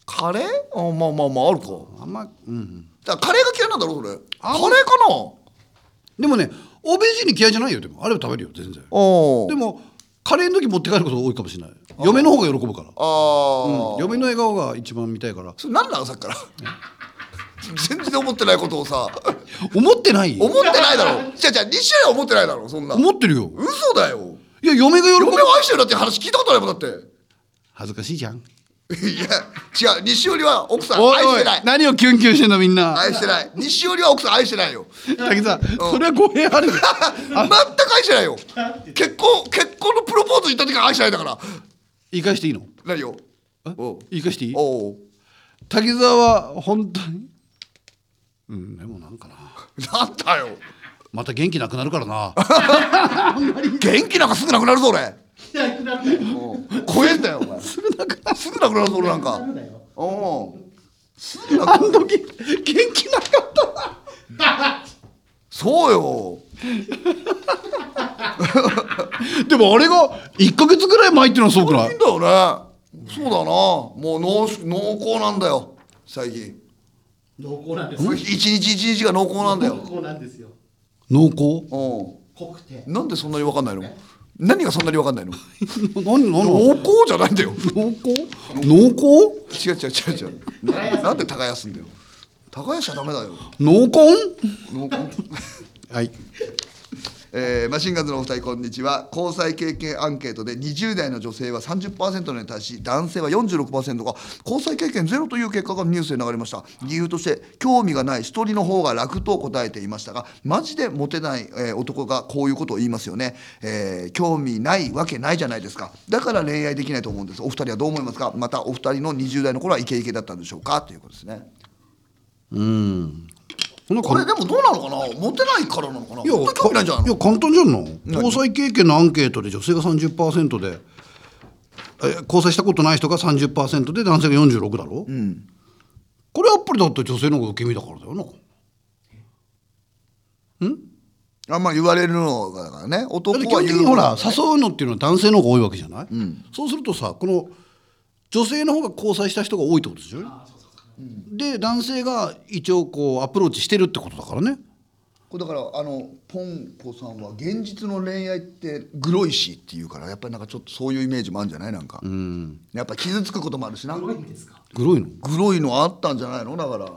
Speaker 1: カレーあまあまあまああるか
Speaker 2: あんまうん
Speaker 1: だからカレーが嫌いなんだろそれカ
Speaker 2: あ
Speaker 1: レーかな
Speaker 2: でもねオーベージーニ嫌いじゃないよでもあれは食べるよ全然
Speaker 1: お
Speaker 2: でもカレーの時持って帰ること多いかもしれない嫁の方が喜ぶか
Speaker 1: あ
Speaker 2: ら、う
Speaker 1: あ、
Speaker 2: ん嫁の笑顔が一番見たいから
Speaker 1: それ何なのさっきから全然思ってないことをさ
Speaker 2: 思ってない
Speaker 1: 思ってないだろじゃじゃ西寄りは思ってないだろそんな
Speaker 2: 思ってるよ
Speaker 1: 嘘だよ
Speaker 2: いや嫁が喜ぶ
Speaker 1: 嫁を愛してるだって話聞いたことないもんだって
Speaker 2: 恥ずかしいじゃん
Speaker 1: いや違う西寄りは奥さん
Speaker 2: おい
Speaker 1: 愛し
Speaker 2: おい
Speaker 1: てない
Speaker 2: 何をキュンキュンしてんのみんな
Speaker 1: 愛してない西寄りは奥さん愛してないよ
Speaker 2: 滝沢それは語弊あるよ
Speaker 1: 全く愛してないよ結婚結婚のプロポーズ行った時は愛してないんだから
Speaker 2: 言い返していいの
Speaker 1: 何よ
Speaker 2: え
Speaker 1: おう
Speaker 2: 言い返していい
Speaker 1: おう
Speaker 2: 滝沢は本当にうんでもなんかな
Speaker 1: なんだよ
Speaker 2: また元気なくなるからな
Speaker 1: 元気なんかすぐなくなるぞ俺
Speaker 3: いや、くなるなよ。
Speaker 1: 怖えんだよお前すぐなくなるぞ俺なん
Speaker 3: な
Speaker 1: か
Speaker 3: るなよ。
Speaker 1: おおすぐなくな
Speaker 2: あ
Speaker 1: る
Speaker 2: の時元気なかったな
Speaker 1: そうよ
Speaker 2: でもあれが1か月ぐらい前っていうのはすごくな
Speaker 1: い
Speaker 2: い
Speaker 1: いん
Speaker 2: い
Speaker 1: だよねそうだなもう濃濃厚なんだよ最近
Speaker 3: 濃厚なんです
Speaker 1: 一
Speaker 3: よ。
Speaker 1: 日一日が濃厚なんだよ
Speaker 3: 濃厚なんですよ。
Speaker 2: 濃
Speaker 1: う
Speaker 2: 厚
Speaker 1: ん
Speaker 3: 濃くて。
Speaker 1: なんでそんなに分かんないの何がそんなに分かんないの
Speaker 2: 何何
Speaker 1: 濃厚じゃないんだよ
Speaker 2: 濃厚濃厚
Speaker 1: 違う違う違う違うななんで耕すんだよ耕しちゃダメだよ
Speaker 2: 濃婚
Speaker 1: 濃厚
Speaker 2: はい
Speaker 1: えーマシンガンズのお二人こんにちは交際経験アンケートで20代の女性は30%に対し男性は46%が交際経験ゼロという結果がニュースで流れました理由として興味がない一人の方が楽と答えていましたがマジでモテない、えー男がこういうことを言いますよね、えー興味ないわけないじゃないですかだから恋愛できないと思うんですお二人はどう思いますかまたお二人の20代の頃はイケイケだったんでしょうかということですね
Speaker 2: うんこんな
Speaker 1: これ
Speaker 2: い
Speaker 1: でもどうなのかなモテないからなのかな本当に興味ないんじゃない
Speaker 2: い
Speaker 1: の
Speaker 2: や簡単じゃんの交際経験のアンケートで女性が30%でえ交際したことない人が30%で男性が46だろ、
Speaker 1: うん
Speaker 2: これやっぱりだって女性の方が受け身だからだよな
Speaker 1: あんまり言われるのがだからね
Speaker 2: だって
Speaker 1: 男
Speaker 2: 基
Speaker 1: は
Speaker 2: 本的
Speaker 1: 言
Speaker 2: に
Speaker 1: う
Speaker 2: ほら誘うのっていうのは男性の方が多いわけじゃない、
Speaker 1: ん
Speaker 2: そうするとさこの女性の方が交際した人が多いってことでしょ、で男性が一応こうアプローチしてるってことだからね
Speaker 1: これだからあのポンコさんは現実の恋愛ってグロいしっていうからやっぱりなんかちょっとそういうイメージもあるんじゃないなんか、やっぱ傷つくこともあるしな
Speaker 3: 黒いんですか
Speaker 2: グロいの
Speaker 1: グロいのあったんじゃないのだからあ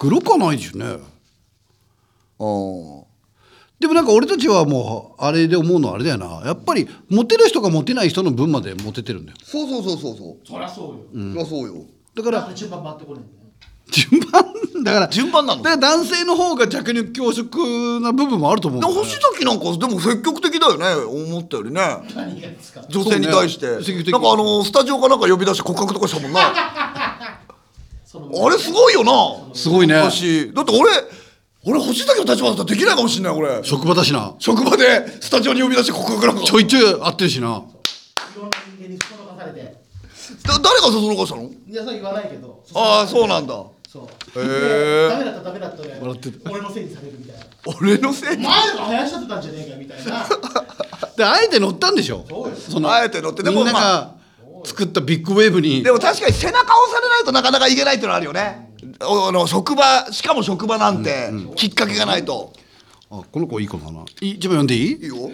Speaker 2: グロくはないですよね
Speaker 1: ー
Speaker 2: でもなんか俺たちはもうあれで思うのはあれだよなやっぱりモテる人がモテない人の分までモテてるんだよ
Speaker 1: そうそうそうそうそう
Speaker 3: そりゃそうよ、
Speaker 1: そりゃそうよ
Speaker 2: だか
Speaker 3: だからら順番回ってこないんだよ
Speaker 2: 順番 だから
Speaker 1: 順番なの
Speaker 2: だから男性の方が弱肉強食な部分もあると思うん
Speaker 1: で
Speaker 2: だよね
Speaker 1: 星崎なんかでも積極的だよね思ったよりね
Speaker 3: 何がですか
Speaker 1: 女性に対して、
Speaker 2: そうね積極的
Speaker 1: なんかあのスタジオかなんか呼び出して告白とかしたもんなあ
Speaker 3: その
Speaker 1: れすごいよな
Speaker 2: すごいね
Speaker 1: 私だって俺俺星崎の立場だったらできないかもしんない俺
Speaker 2: 職場だしな
Speaker 1: 職場でスタジオに呼び出して告白なんか
Speaker 2: ちょいちょい合ってるしない
Speaker 3: ろんな人間にそそのかされて
Speaker 1: だ誰が誘ろうかしたの
Speaker 3: いやそれ言わないけど
Speaker 1: ああそうなんだ
Speaker 3: そう
Speaker 1: へー
Speaker 3: でダメだったダメだった俺
Speaker 2: 笑ってる
Speaker 3: 俺のせいにされるみたいな
Speaker 1: 俺のせい
Speaker 3: お前らが生やしちゃってたんじゃねえかみたいな
Speaker 2: であえて乗ったんでしょ
Speaker 3: そうよ
Speaker 2: その
Speaker 1: あえて乗ってでも
Speaker 2: みんな
Speaker 1: ま
Speaker 2: が作ったビッグウェーブに
Speaker 1: でも確かに背中を押されないとなかなかいけないっていうのはあるよねおあの職場しかも職場なんてきっかけがないと、
Speaker 2: あこの子いい子だない一番読んでいい
Speaker 1: いいよ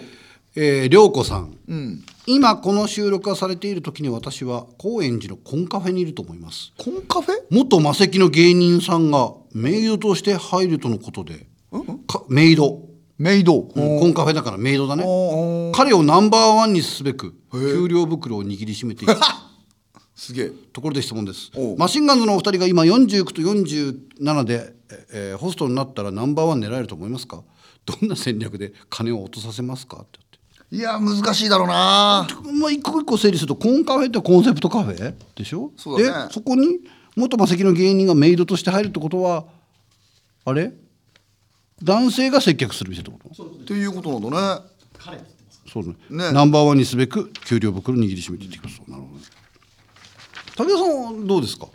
Speaker 2: えー、涼子さん
Speaker 1: うん
Speaker 2: 今この収録がされている時に私は高円寺のコンカフェにいると思います
Speaker 1: コンカフェ
Speaker 2: 元魔石の芸人さんがメイドとして入るとのことでかメイド、
Speaker 1: メイド
Speaker 2: うんコンカフェだからメイドだね
Speaker 1: おーおー
Speaker 2: 彼をナンバーワンにすべく給料袋を握りしめていた
Speaker 1: すげえ
Speaker 2: ところで質問です
Speaker 1: おう
Speaker 2: マシンガンズのお二人が今49と47で、ええーホストになったらナンバーワン狙えると思いますかどんな戦略で金を落とさせますかって
Speaker 1: いや難しいだろうな
Speaker 2: 言ってまあ一個一個整理するとコンカフェってコンセプトカフェでしょ
Speaker 1: そうだね
Speaker 2: でそこに元マセキの芸人がメイドとして入るってことはあれ男性が接客する店ってこと
Speaker 1: っていうことなんだね
Speaker 3: 彼って言ってますか
Speaker 2: そうね
Speaker 1: ね
Speaker 2: ナンバーワンにすべく給料袋を握りしめていってきます、なるほど武田さんはどうですか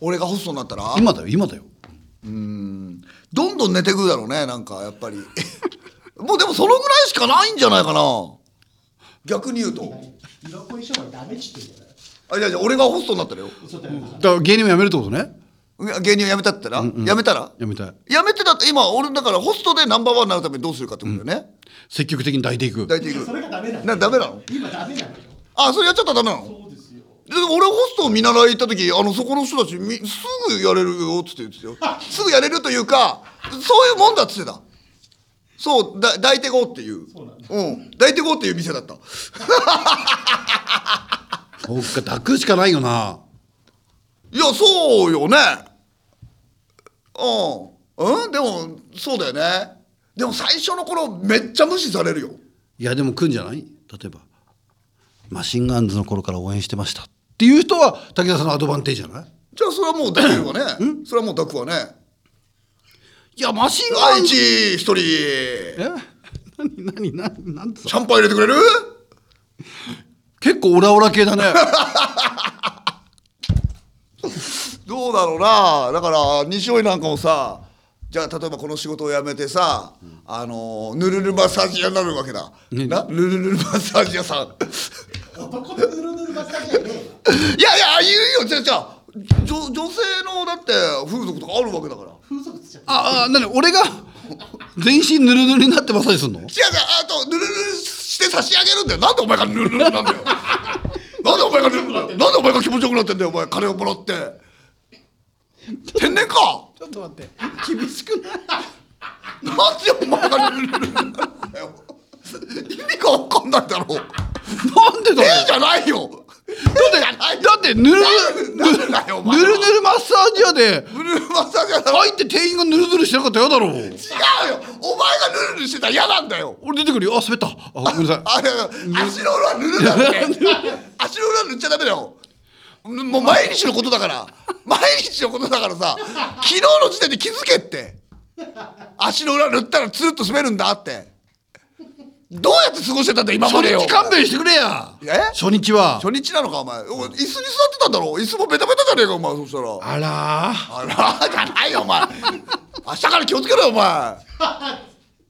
Speaker 1: 俺がホストになったら
Speaker 2: 今だよ今だよ
Speaker 1: どんどん寝てくだろうねなんかやっぱり もうでもそのぐらいしかないんじゃないかな逆に言うと
Speaker 3: 色恋商売ダメっちって言うんだよ
Speaker 1: あいやいや俺がホストになったらよ
Speaker 3: 嘘だよ
Speaker 2: だから芸人も辞めるってことね
Speaker 1: 芸人を辞めたったら、辞めたら
Speaker 2: 辞めたい
Speaker 1: 辞めてたって今俺だからホストでナンバーワンになるためにどうするかってことだよね、
Speaker 2: 積極的に抱いていく
Speaker 1: 大体いく
Speaker 3: それがダメなの
Speaker 1: なダメなの
Speaker 3: 今ダメなのよ
Speaker 1: あそれやっちゃったらダメなの
Speaker 3: そうですよ
Speaker 1: ででも俺ホストを見習い行った時あのそこの人たちみすぐやれるよっつって言ってたよすぐやれるというかそういうもんだっつってたそうだ抱いてこうっていう
Speaker 3: そうなんだ
Speaker 1: ん抱いてこうっていう店だった
Speaker 2: そうか抱くしかないよない
Speaker 1: やそうよねうんうんでもそうだよねでも最初の頃めっちゃ無視されるよ
Speaker 2: いやでも来んじゃない例えばマシンガンズの頃から応援してましたっていう人は武田さんのアドバンテージじゃない
Speaker 1: じゃあそれはもう抱くわねそれはもう抱くわね
Speaker 2: いやマシンガ
Speaker 1: 第
Speaker 2: ンズ
Speaker 1: 一一人
Speaker 2: え何何何何つ
Speaker 1: シャンパン入れてくれる
Speaker 2: 結構オラオラ系だね
Speaker 1: どうだろうなだから西尾なんかもさじゃあ例えばこの仕事を辞めてさ、あのぬるるマッサージ屋になるわけだ、
Speaker 2: ね
Speaker 1: なぬるぬるマッサージ屋さん
Speaker 3: 男のぬるぬるばっかりやねえよ
Speaker 1: いやいや言うよじゃあじゃあ女女性のだって風俗とかあるわけだから
Speaker 3: 風俗つっちゃった
Speaker 2: ああ何俺が全身ぬるぬるになってマッサージすんの
Speaker 1: 違う違うあとぬるぬるして差し上げるんだよなんでお前がぬるぬ るなんだよなんでお前がぬるぬるなんだよなんでお前が気持ちよくなってんだよお前金をもらって天然か
Speaker 2: ちょっと待って厳しくない
Speaker 1: なんでお前がぬるぬるなんだよ意味がわかんないだろう
Speaker 2: なんでだ
Speaker 1: 天
Speaker 2: よ
Speaker 1: じゃないよ
Speaker 2: だってだってぬるぬ
Speaker 1: な
Speaker 2: る
Speaker 1: んだよお
Speaker 2: ぬ
Speaker 1: 前は
Speaker 2: るぬるマッサージ屋で
Speaker 1: ぬるぬるマッサージ屋だろ
Speaker 2: 入って店員がぬるぬるしてなかったら嫌だろう
Speaker 1: 違うよお前がぬるぬるしてたら嫌なんだよ
Speaker 2: 俺出てくるよあ滑ったあごめんなさい
Speaker 1: あれ足の裏はぬるだって足の裏塗っちゃダメだよもう毎日のことだから毎日のことだからさ昨日の時点で気づけって足の裏塗ったらツルッと滑るんだってどうやって過ごしてたんだ今ま
Speaker 2: 初
Speaker 1: でよ
Speaker 2: 日勘弁してくれや
Speaker 1: え
Speaker 2: 初日は
Speaker 1: 初日なのかお前お椅子に座ってたんだろ椅子もベタベタじゃねえかお前そしたら
Speaker 2: あらー
Speaker 1: あらじゃないよお前明日から気をつけろよお前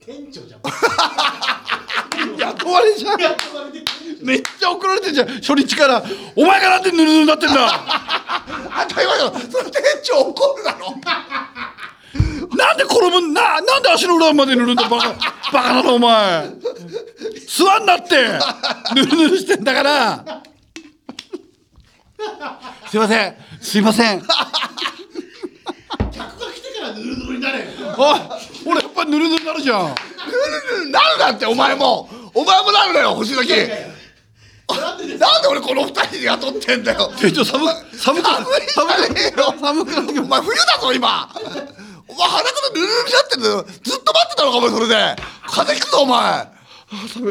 Speaker 3: 県庁じゃん。
Speaker 2: 雇われじゃん
Speaker 3: やっとまるで県庁
Speaker 2: めっちゃ怒られてんじゃん初日から「お前がなんでぬるぬるになってん だ
Speaker 1: 当たり前だろその店長怒るだろ
Speaker 2: なんで転ぶんななんで足の裏までぬるんだバカバカだなお前座んなってぬるぬるしてんだからすいませんすいません
Speaker 3: 客が来てからぬるぬるになれよ。
Speaker 2: おい俺やっぱりぬるぬるになるじゃん
Speaker 1: ぬるぬるなるなってお前もお前もなるなよ星崎
Speaker 3: なんでです
Speaker 1: なんで俺この二人で雇ってんだよ
Speaker 2: 店長寒く寒く
Speaker 1: 寒いじゃねえよ
Speaker 2: 寒くなってく
Speaker 1: お前冬だぞ今お前裸でぬるぬるになってんだよずっと待ってたのかお前それで風邪ひくぞお前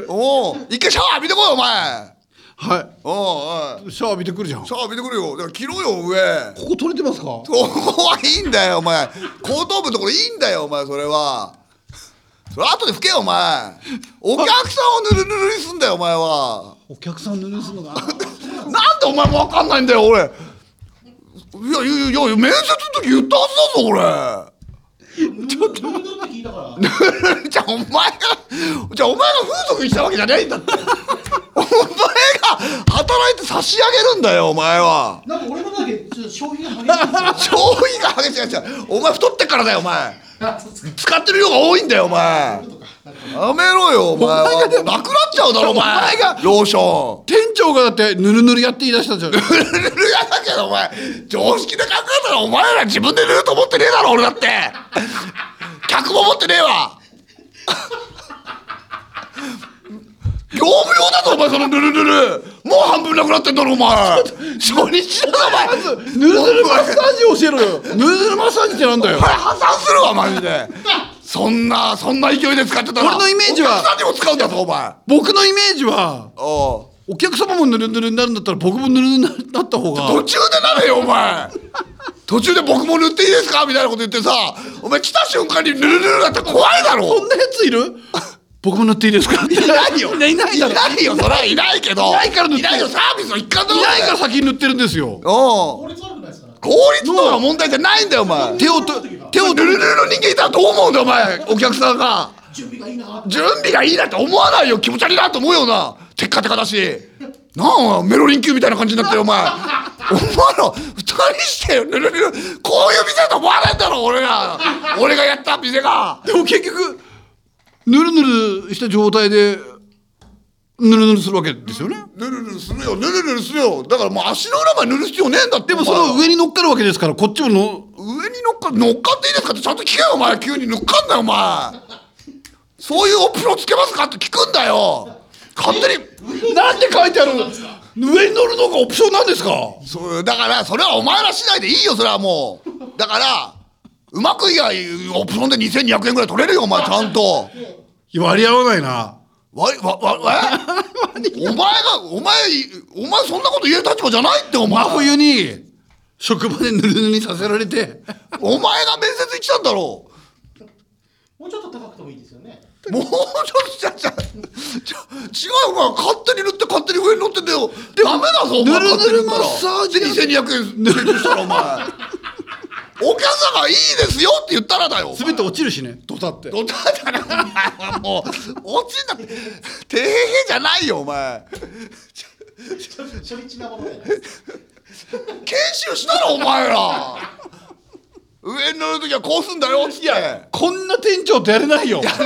Speaker 2: る
Speaker 1: おう一回シャワー浴びてこいお前
Speaker 2: は
Speaker 1: おうおい
Speaker 2: いシャワー浴びてくるじゃん
Speaker 1: シャワー浴びてくるよだから着ろよ上
Speaker 2: ここ取れてますか
Speaker 1: ここはいいんだよお前後頭部のところいいんだよお前それはそれ後で拭けよお前お客さんをぬるぬるにすんだよお前は
Speaker 2: お客さんぬるすんのか
Speaker 1: なんでお前もわかんないんだよ俺いやいやいやいや面接の時言ったは
Speaker 3: ちょっと。ぬるぬるって聞いたから。
Speaker 1: ずだぞ俺 じゃあお前がじゃあお前が風俗にしたわけじゃないんだ ってお前が働いて差し上げるんだよお前は
Speaker 3: なんか俺のだけちょっと消費が激しいんで
Speaker 1: 消費が激しいやつやお前太ってっからだよお前
Speaker 3: す よ
Speaker 1: 使ってる量が多いんだよお前やめろよお前は
Speaker 2: お前がでも
Speaker 1: なくなっちゃうだろお前
Speaker 2: お前が
Speaker 1: ローション
Speaker 2: 店長がだってぬるぬるやって言い出したじゃん
Speaker 1: ぬるぬるやだけどお前常識で考えたらお前ら自分で塗ると思ってねえだろ俺だって客も持ってねえわ業務用だぞお前そのぬるぬるもう半分なくなってんだろお前初日だぞお前
Speaker 2: ぬるぬるマッサージ教えろよぬるぬるマッサージってなんだよ
Speaker 1: お前破産するわマジでそんなそんな勢いで使ってたら
Speaker 2: 俺のイメージは
Speaker 1: お客さんにも使うんだぞお前
Speaker 2: 僕のイメージは
Speaker 1: おう
Speaker 2: お客様もぬるぬるになるんだったら僕もぬるぬるになった方
Speaker 1: 途
Speaker 2: が
Speaker 1: 中でなれよお前途中で僕も塗っていいですかみたいなこと言ってさお前来た瞬間にぬるぬるだったら怖いだ
Speaker 2: こん
Speaker 1: ろ
Speaker 2: なやついる僕も塗っていいですかいないよいない
Speaker 1: い
Speaker 2: だろ
Speaker 1: ないよそりゃいないけど
Speaker 2: いないから塗って
Speaker 1: いないよサービスの一環だろ
Speaker 2: いないから先に塗ってるんですよ
Speaker 1: お
Speaker 3: 効率悪くないですから。
Speaker 1: 効率とかの問題じゃないんだよお前
Speaker 2: 手をと手
Speaker 1: 手
Speaker 2: を
Speaker 1: をぬるぬるの人間いたらどう思うんだよお前お客さんが
Speaker 3: 準備がいいなって。
Speaker 1: 準備がいいなって思わないよ気持ち悪いなと思うよなテッカテカだしなあお前メロリン級みたいな感じになってるお前お前ら二人してよぬるぬるこういう店と思わないんだろ俺ら俺がやった店が
Speaker 2: でも結局ぬるぬるした状態でぬるぬるするわけですよね
Speaker 1: ぬるぬるするよぬるぬるするよだからもう足の裏まで塗る必要ねえんだって
Speaker 2: でもそ
Speaker 1: お前
Speaker 2: の上に乗っかるわけですからこっちもの
Speaker 1: 上に乗っか乗っかっていいですかってちゃんと聞けよお前急に乗っかんなよお前そういうオプションつけますかって聞くんだよ勝手に
Speaker 2: なんで書いてある上に乗るのがオプションなんですか
Speaker 1: そうだからそれはお前ら次第でいいよそれはもうだからうまくいやオプションで2200円ぐらい取れるよお 前ちゃんと
Speaker 2: いや割り合わないな
Speaker 1: わいわわわえお 前がお前お前そんなこと言える立場じゃないってお前
Speaker 2: 真冬に職場でぬるぬるにさせられて
Speaker 1: お前が面接行ってたんだろ う
Speaker 3: もうちょっと高くてもいいですよね。
Speaker 1: もうちょっとじゃじゃじゃ違うから勝手に塗って勝手に上に乗ってんだよダメだぞお前
Speaker 2: ぬるぬるマッサ
Speaker 1: ージで2200円請求したらお 前お客さんがいいですよって言ったらだよお前
Speaker 2: 全て落ちるしねドタって
Speaker 1: ドタだなお前はもう落ちんなっててへへじゃないよお前
Speaker 3: ちょっと初日なもので。
Speaker 1: 研修したろお前ら上に乗るときはこうすんだよっつって
Speaker 2: こんな店長とやれないよ初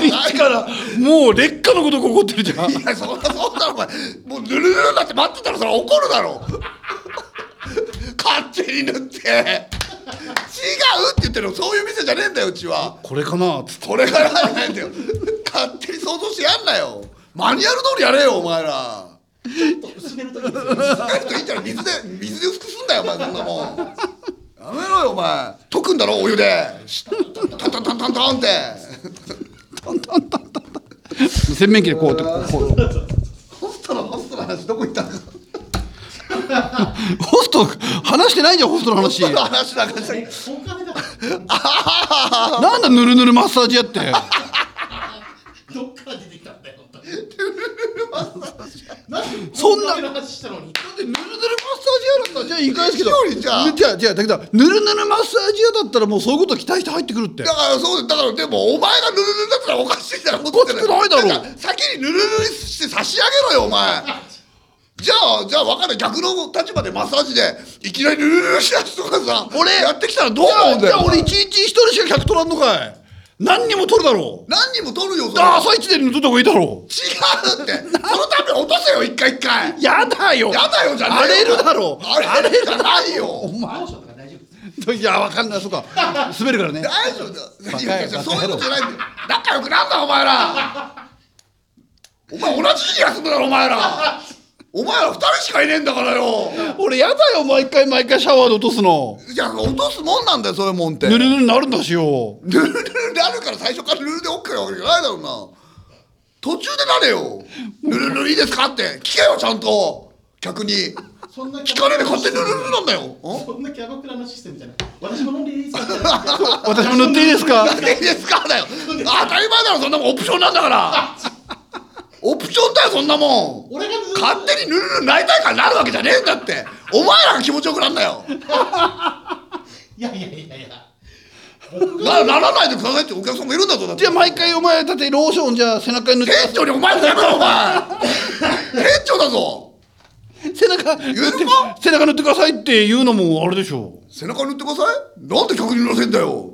Speaker 2: 日からもう劣化のことが起こってるじゃん
Speaker 1: いやそりゃそうだろお前もうぬるぬるになって待ってたらそれ怒るだろ勝手に塗って違うって言ってるのそういう店じゃねえんだようちは
Speaker 2: これかなっつって
Speaker 1: これからじゃないんだよ勝手に想像してやんなよマニュアル通りやれよお前ら
Speaker 3: ちょっと薄めるときですよ。
Speaker 1: 帰るといいじゃん水で水で薄くすんだよお前そんなもんやめろよお前溶くんだろお湯でタンタンタンタンタンって
Speaker 2: 洗面器でこうやってこうこう
Speaker 1: ホストのホストの話どこ行ったのホ
Speaker 2: ホスト話してないじゃんホストの
Speaker 1: ス
Speaker 2: 話
Speaker 1: トの話なんかした
Speaker 3: え、本金だから。
Speaker 2: なんだぬるぬるマッサージやって
Speaker 3: どっから出てきたんだよ。本当に。なん
Speaker 2: そんな
Speaker 3: こだけの話したのに
Speaker 2: だってぬるぬるマッサージ屋だったらじゃあいいかですけど
Speaker 1: よりじゃあ
Speaker 2: じゃあじゃあだけどぬるぬるマッサージ屋だったらもうそういうこと期待して入ってくるって
Speaker 1: だからそうだからでもお前がヌルヌルだったらおかしいだろお
Speaker 2: かしくないだろ
Speaker 1: 先にヌルヌルして差し上げろよお前じゃあじゃあ分かんない逆の立場でマッサージでいきなりヌルヌルしだすとかさ俺やってきたらどう
Speaker 2: じゃ
Speaker 1: 思うん
Speaker 2: あじ
Speaker 1: だよ
Speaker 2: ゃあ俺一日一人しか客取らんのかい何にも取るだろう
Speaker 1: 何人も取るよそれ
Speaker 2: ああ朝一で塗った方がいいだろ
Speaker 1: 違うってそのために落とせよ一回一回
Speaker 2: うやだよ
Speaker 1: やだよじゃない
Speaker 2: 荒れるだろう
Speaker 1: あれるじゃないよ
Speaker 3: どうしようとか大丈夫です
Speaker 2: いやわかんないそうか滑るからね
Speaker 1: 大丈夫だよ
Speaker 2: バカ
Speaker 1: いやいや
Speaker 2: バカ
Speaker 1: そういうことじゃないんだよ仲良くなんだお前らお前同じ日に休むだろお前らお前ら二人しかいねえんだからよ
Speaker 2: 俺やだよ毎回毎回シャワーで落とすの
Speaker 1: いや落とすもんなんだよそういうもんって
Speaker 2: ぬ
Speaker 1: ぬる
Speaker 2: るぬるになるんだしよ
Speaker 1: ぬるであるから最初からぬるで OK なわけじゃないだろうな途中でなれよぬるぬるいいですかって聞けよちゃんと客に
Speaker 3: そんな
Speaker 1: 聞かねえで勝手にぬるぬるなんだよん
Speaker 3: そんなキャバクラのシステムじゃない私も飲んでいいですか
Speaker 2: 私も塗っていいですか
Speaker 1: なんでいいですかだよ当たり前だろそんなもんオプションなんだからオプションだよそんなもん
Speaker 3: 俺がずっと
Speaker 1: 勝手にぬるぬるなりたいからなるわけじゃねえんだってお前らが気持ちよくなんだよ
Speaker 3: いやいやいやいや僕
Speaker 1: な
Speaker 3: が
Speaker 1: ならないでくださいってお客さんもいるんだぞだって
Speaker 2: じゃあ毎回お前だってローションじゃあ背中に塗って
Speaker 1: 店長にお前もやめろお前店長だぞ
Speaker 2: 背中塗って
Speaker 1: 言うの
Speaker 2: 背中塗ってくださいって言うのもあれでしょ
Speaker 1: 背中塗ってくださいなんで客に乗せんだよ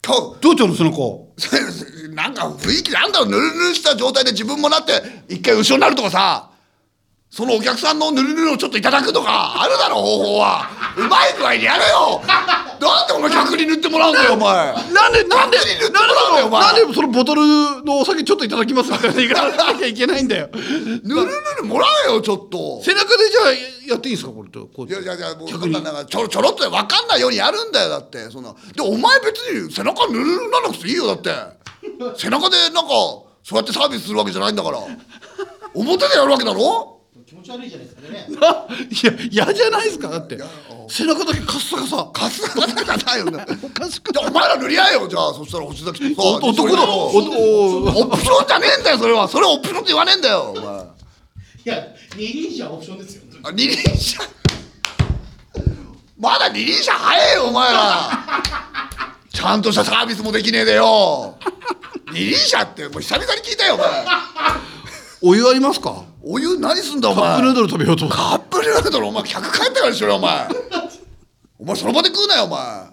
Speaker 1: 客
Speaker 2: どうちゃんの背中
Speaker 1: なんか雰囲気なんだろうぬるぬるした状態で自分もなって一回後ろになるとかさそのお客さんのぬるぬるをちょっといただくとかあるだろ方法はうまい具合にやれよなんでお前客に塗ってもらうんだよお前
Speaker 2: なんでなんで
Speaker 1: 勝手に塗って
Speaker 2: なんで
Speaker 1: もらうなよお前
Speaker 2: なんでそのボトルのお酒ちょっといただきますみたい な言い方しなきゃいけないんだよ
Speaker 1: ぬるぬるもらえよちょっと
Speaker 2: 背中でじゃあやっていいんですかこれとこう
Speaker 1: いやいやいやもうそ
Speaker 2: 客
Speaker 1: ん
Speaker 2: に
Speaker 1: ななんかちょろちょろっと分かんないようにやるんだよだってそんなでお前別に背中ぬるぬるにならなくていいよだって背中でなんかそうやってサービスするわけじゃないんだから表でやるわけだろ
Speaker 3: 気持ち悪いじゃないですかね
Speaker 2: あ いや嫌じゃないですかだって
Speaker 1: や
Speaker 2: 背中だけカッサカサ
Speaker 1: カスがじゃないよね
Speaker 2: おかしく
Speaker 1: じゃあお前ら塗り合えよじゃあそしたら星崎とさ
Speaker 2: お男だおお
Speaker 1: オプションじゃねえんだよそれはそれはオプションって言わねえんだよお前あ
Speaker 3: いや二輪車はオプションですよ
Speaker 1: 二輪車まだ二輪車早えよお前らちゃんとしたサービスもできねえでよ二輪車ってもう久々に聞いたよお前
Speaker 2: お湯ありますか
Speaker 1: お湯何すんだお
Speaker 2: カップヌー
Speaker 1: 前
Speaker 2: ドル食べようと思って
Speaker 1: カップヌードルお前客帰ったからにしろよお前お前その場で食うなよお前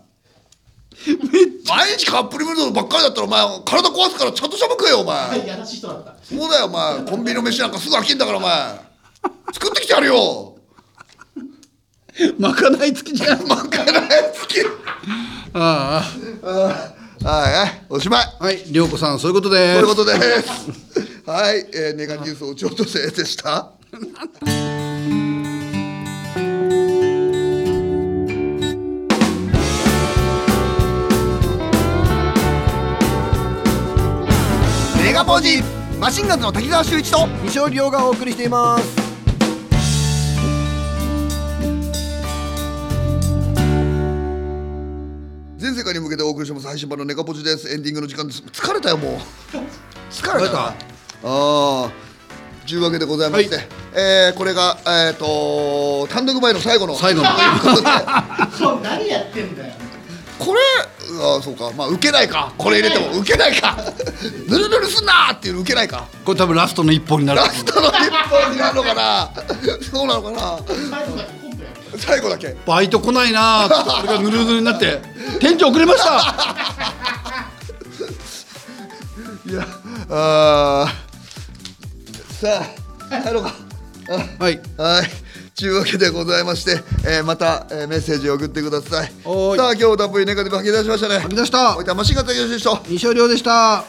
Speaker 1: 毎日カップヌードルばっかりだったらお前体壊すからちゃんとしたもん食えよお前
Speaker 3: いやらしい人だった
Speaker 1: そうだよお前コンビニの飯なんかすぐ飽きんだからお前作ってきてやるよ
Speaker 2: まかない付きじゃん
Speaker 1: まかない好きは
Speaker 2: あ
Speaker 1: いはいおしまい
Speaker 2: あはい涼子さんそういうことで
Speaker 1: とい
Speaker 2: す
Speaker 1: うことですはい、えー、ネガニュースおちおとせでした
Speaker 4: メガポージマシンガンズの滝沢秀一と二勝両がお送りしています
Speaker 1: 全世界に向けてお送りします配信版のネガポジですエンディングの時間です疲れたよもう疲れたなああというわけでございまして、
Speaker 2: はい
Speaker 1: えーこれがえっ、と単独前の最後の
Speaker 2: 最後の
Speaker 1: という ことで
Speaker 3: そう何やってんだよ
Speaker 1: これあーそうかまあ受けないかこれ入れても受けないかぬるぬるすんなーっていう受けない か
Speaker 2: これ多分ラストの一本になる
Speaker 1: ラストの一本になるのかなそうなのかな
Speaker 3: 最後だけコントやる
Speaker 1: 最後だけ
Speaker 2: バイト来ないなーって俺がぬるぬるになって店長遅れました
Speaker 1: いやあーさあ入ろうか
Speaker 2: はい
Speaker 1: あはいというわけでございまして、えーまた、えーメッセージを送ってください
Speaker 2: おーい
Speaker 1: さあ今日もたっぷりネガティブ吐き出しましたね
Speaker 2: 吐き出した
Speaker 1: おいたましがたよしと
Speaker 2: 二勝両でした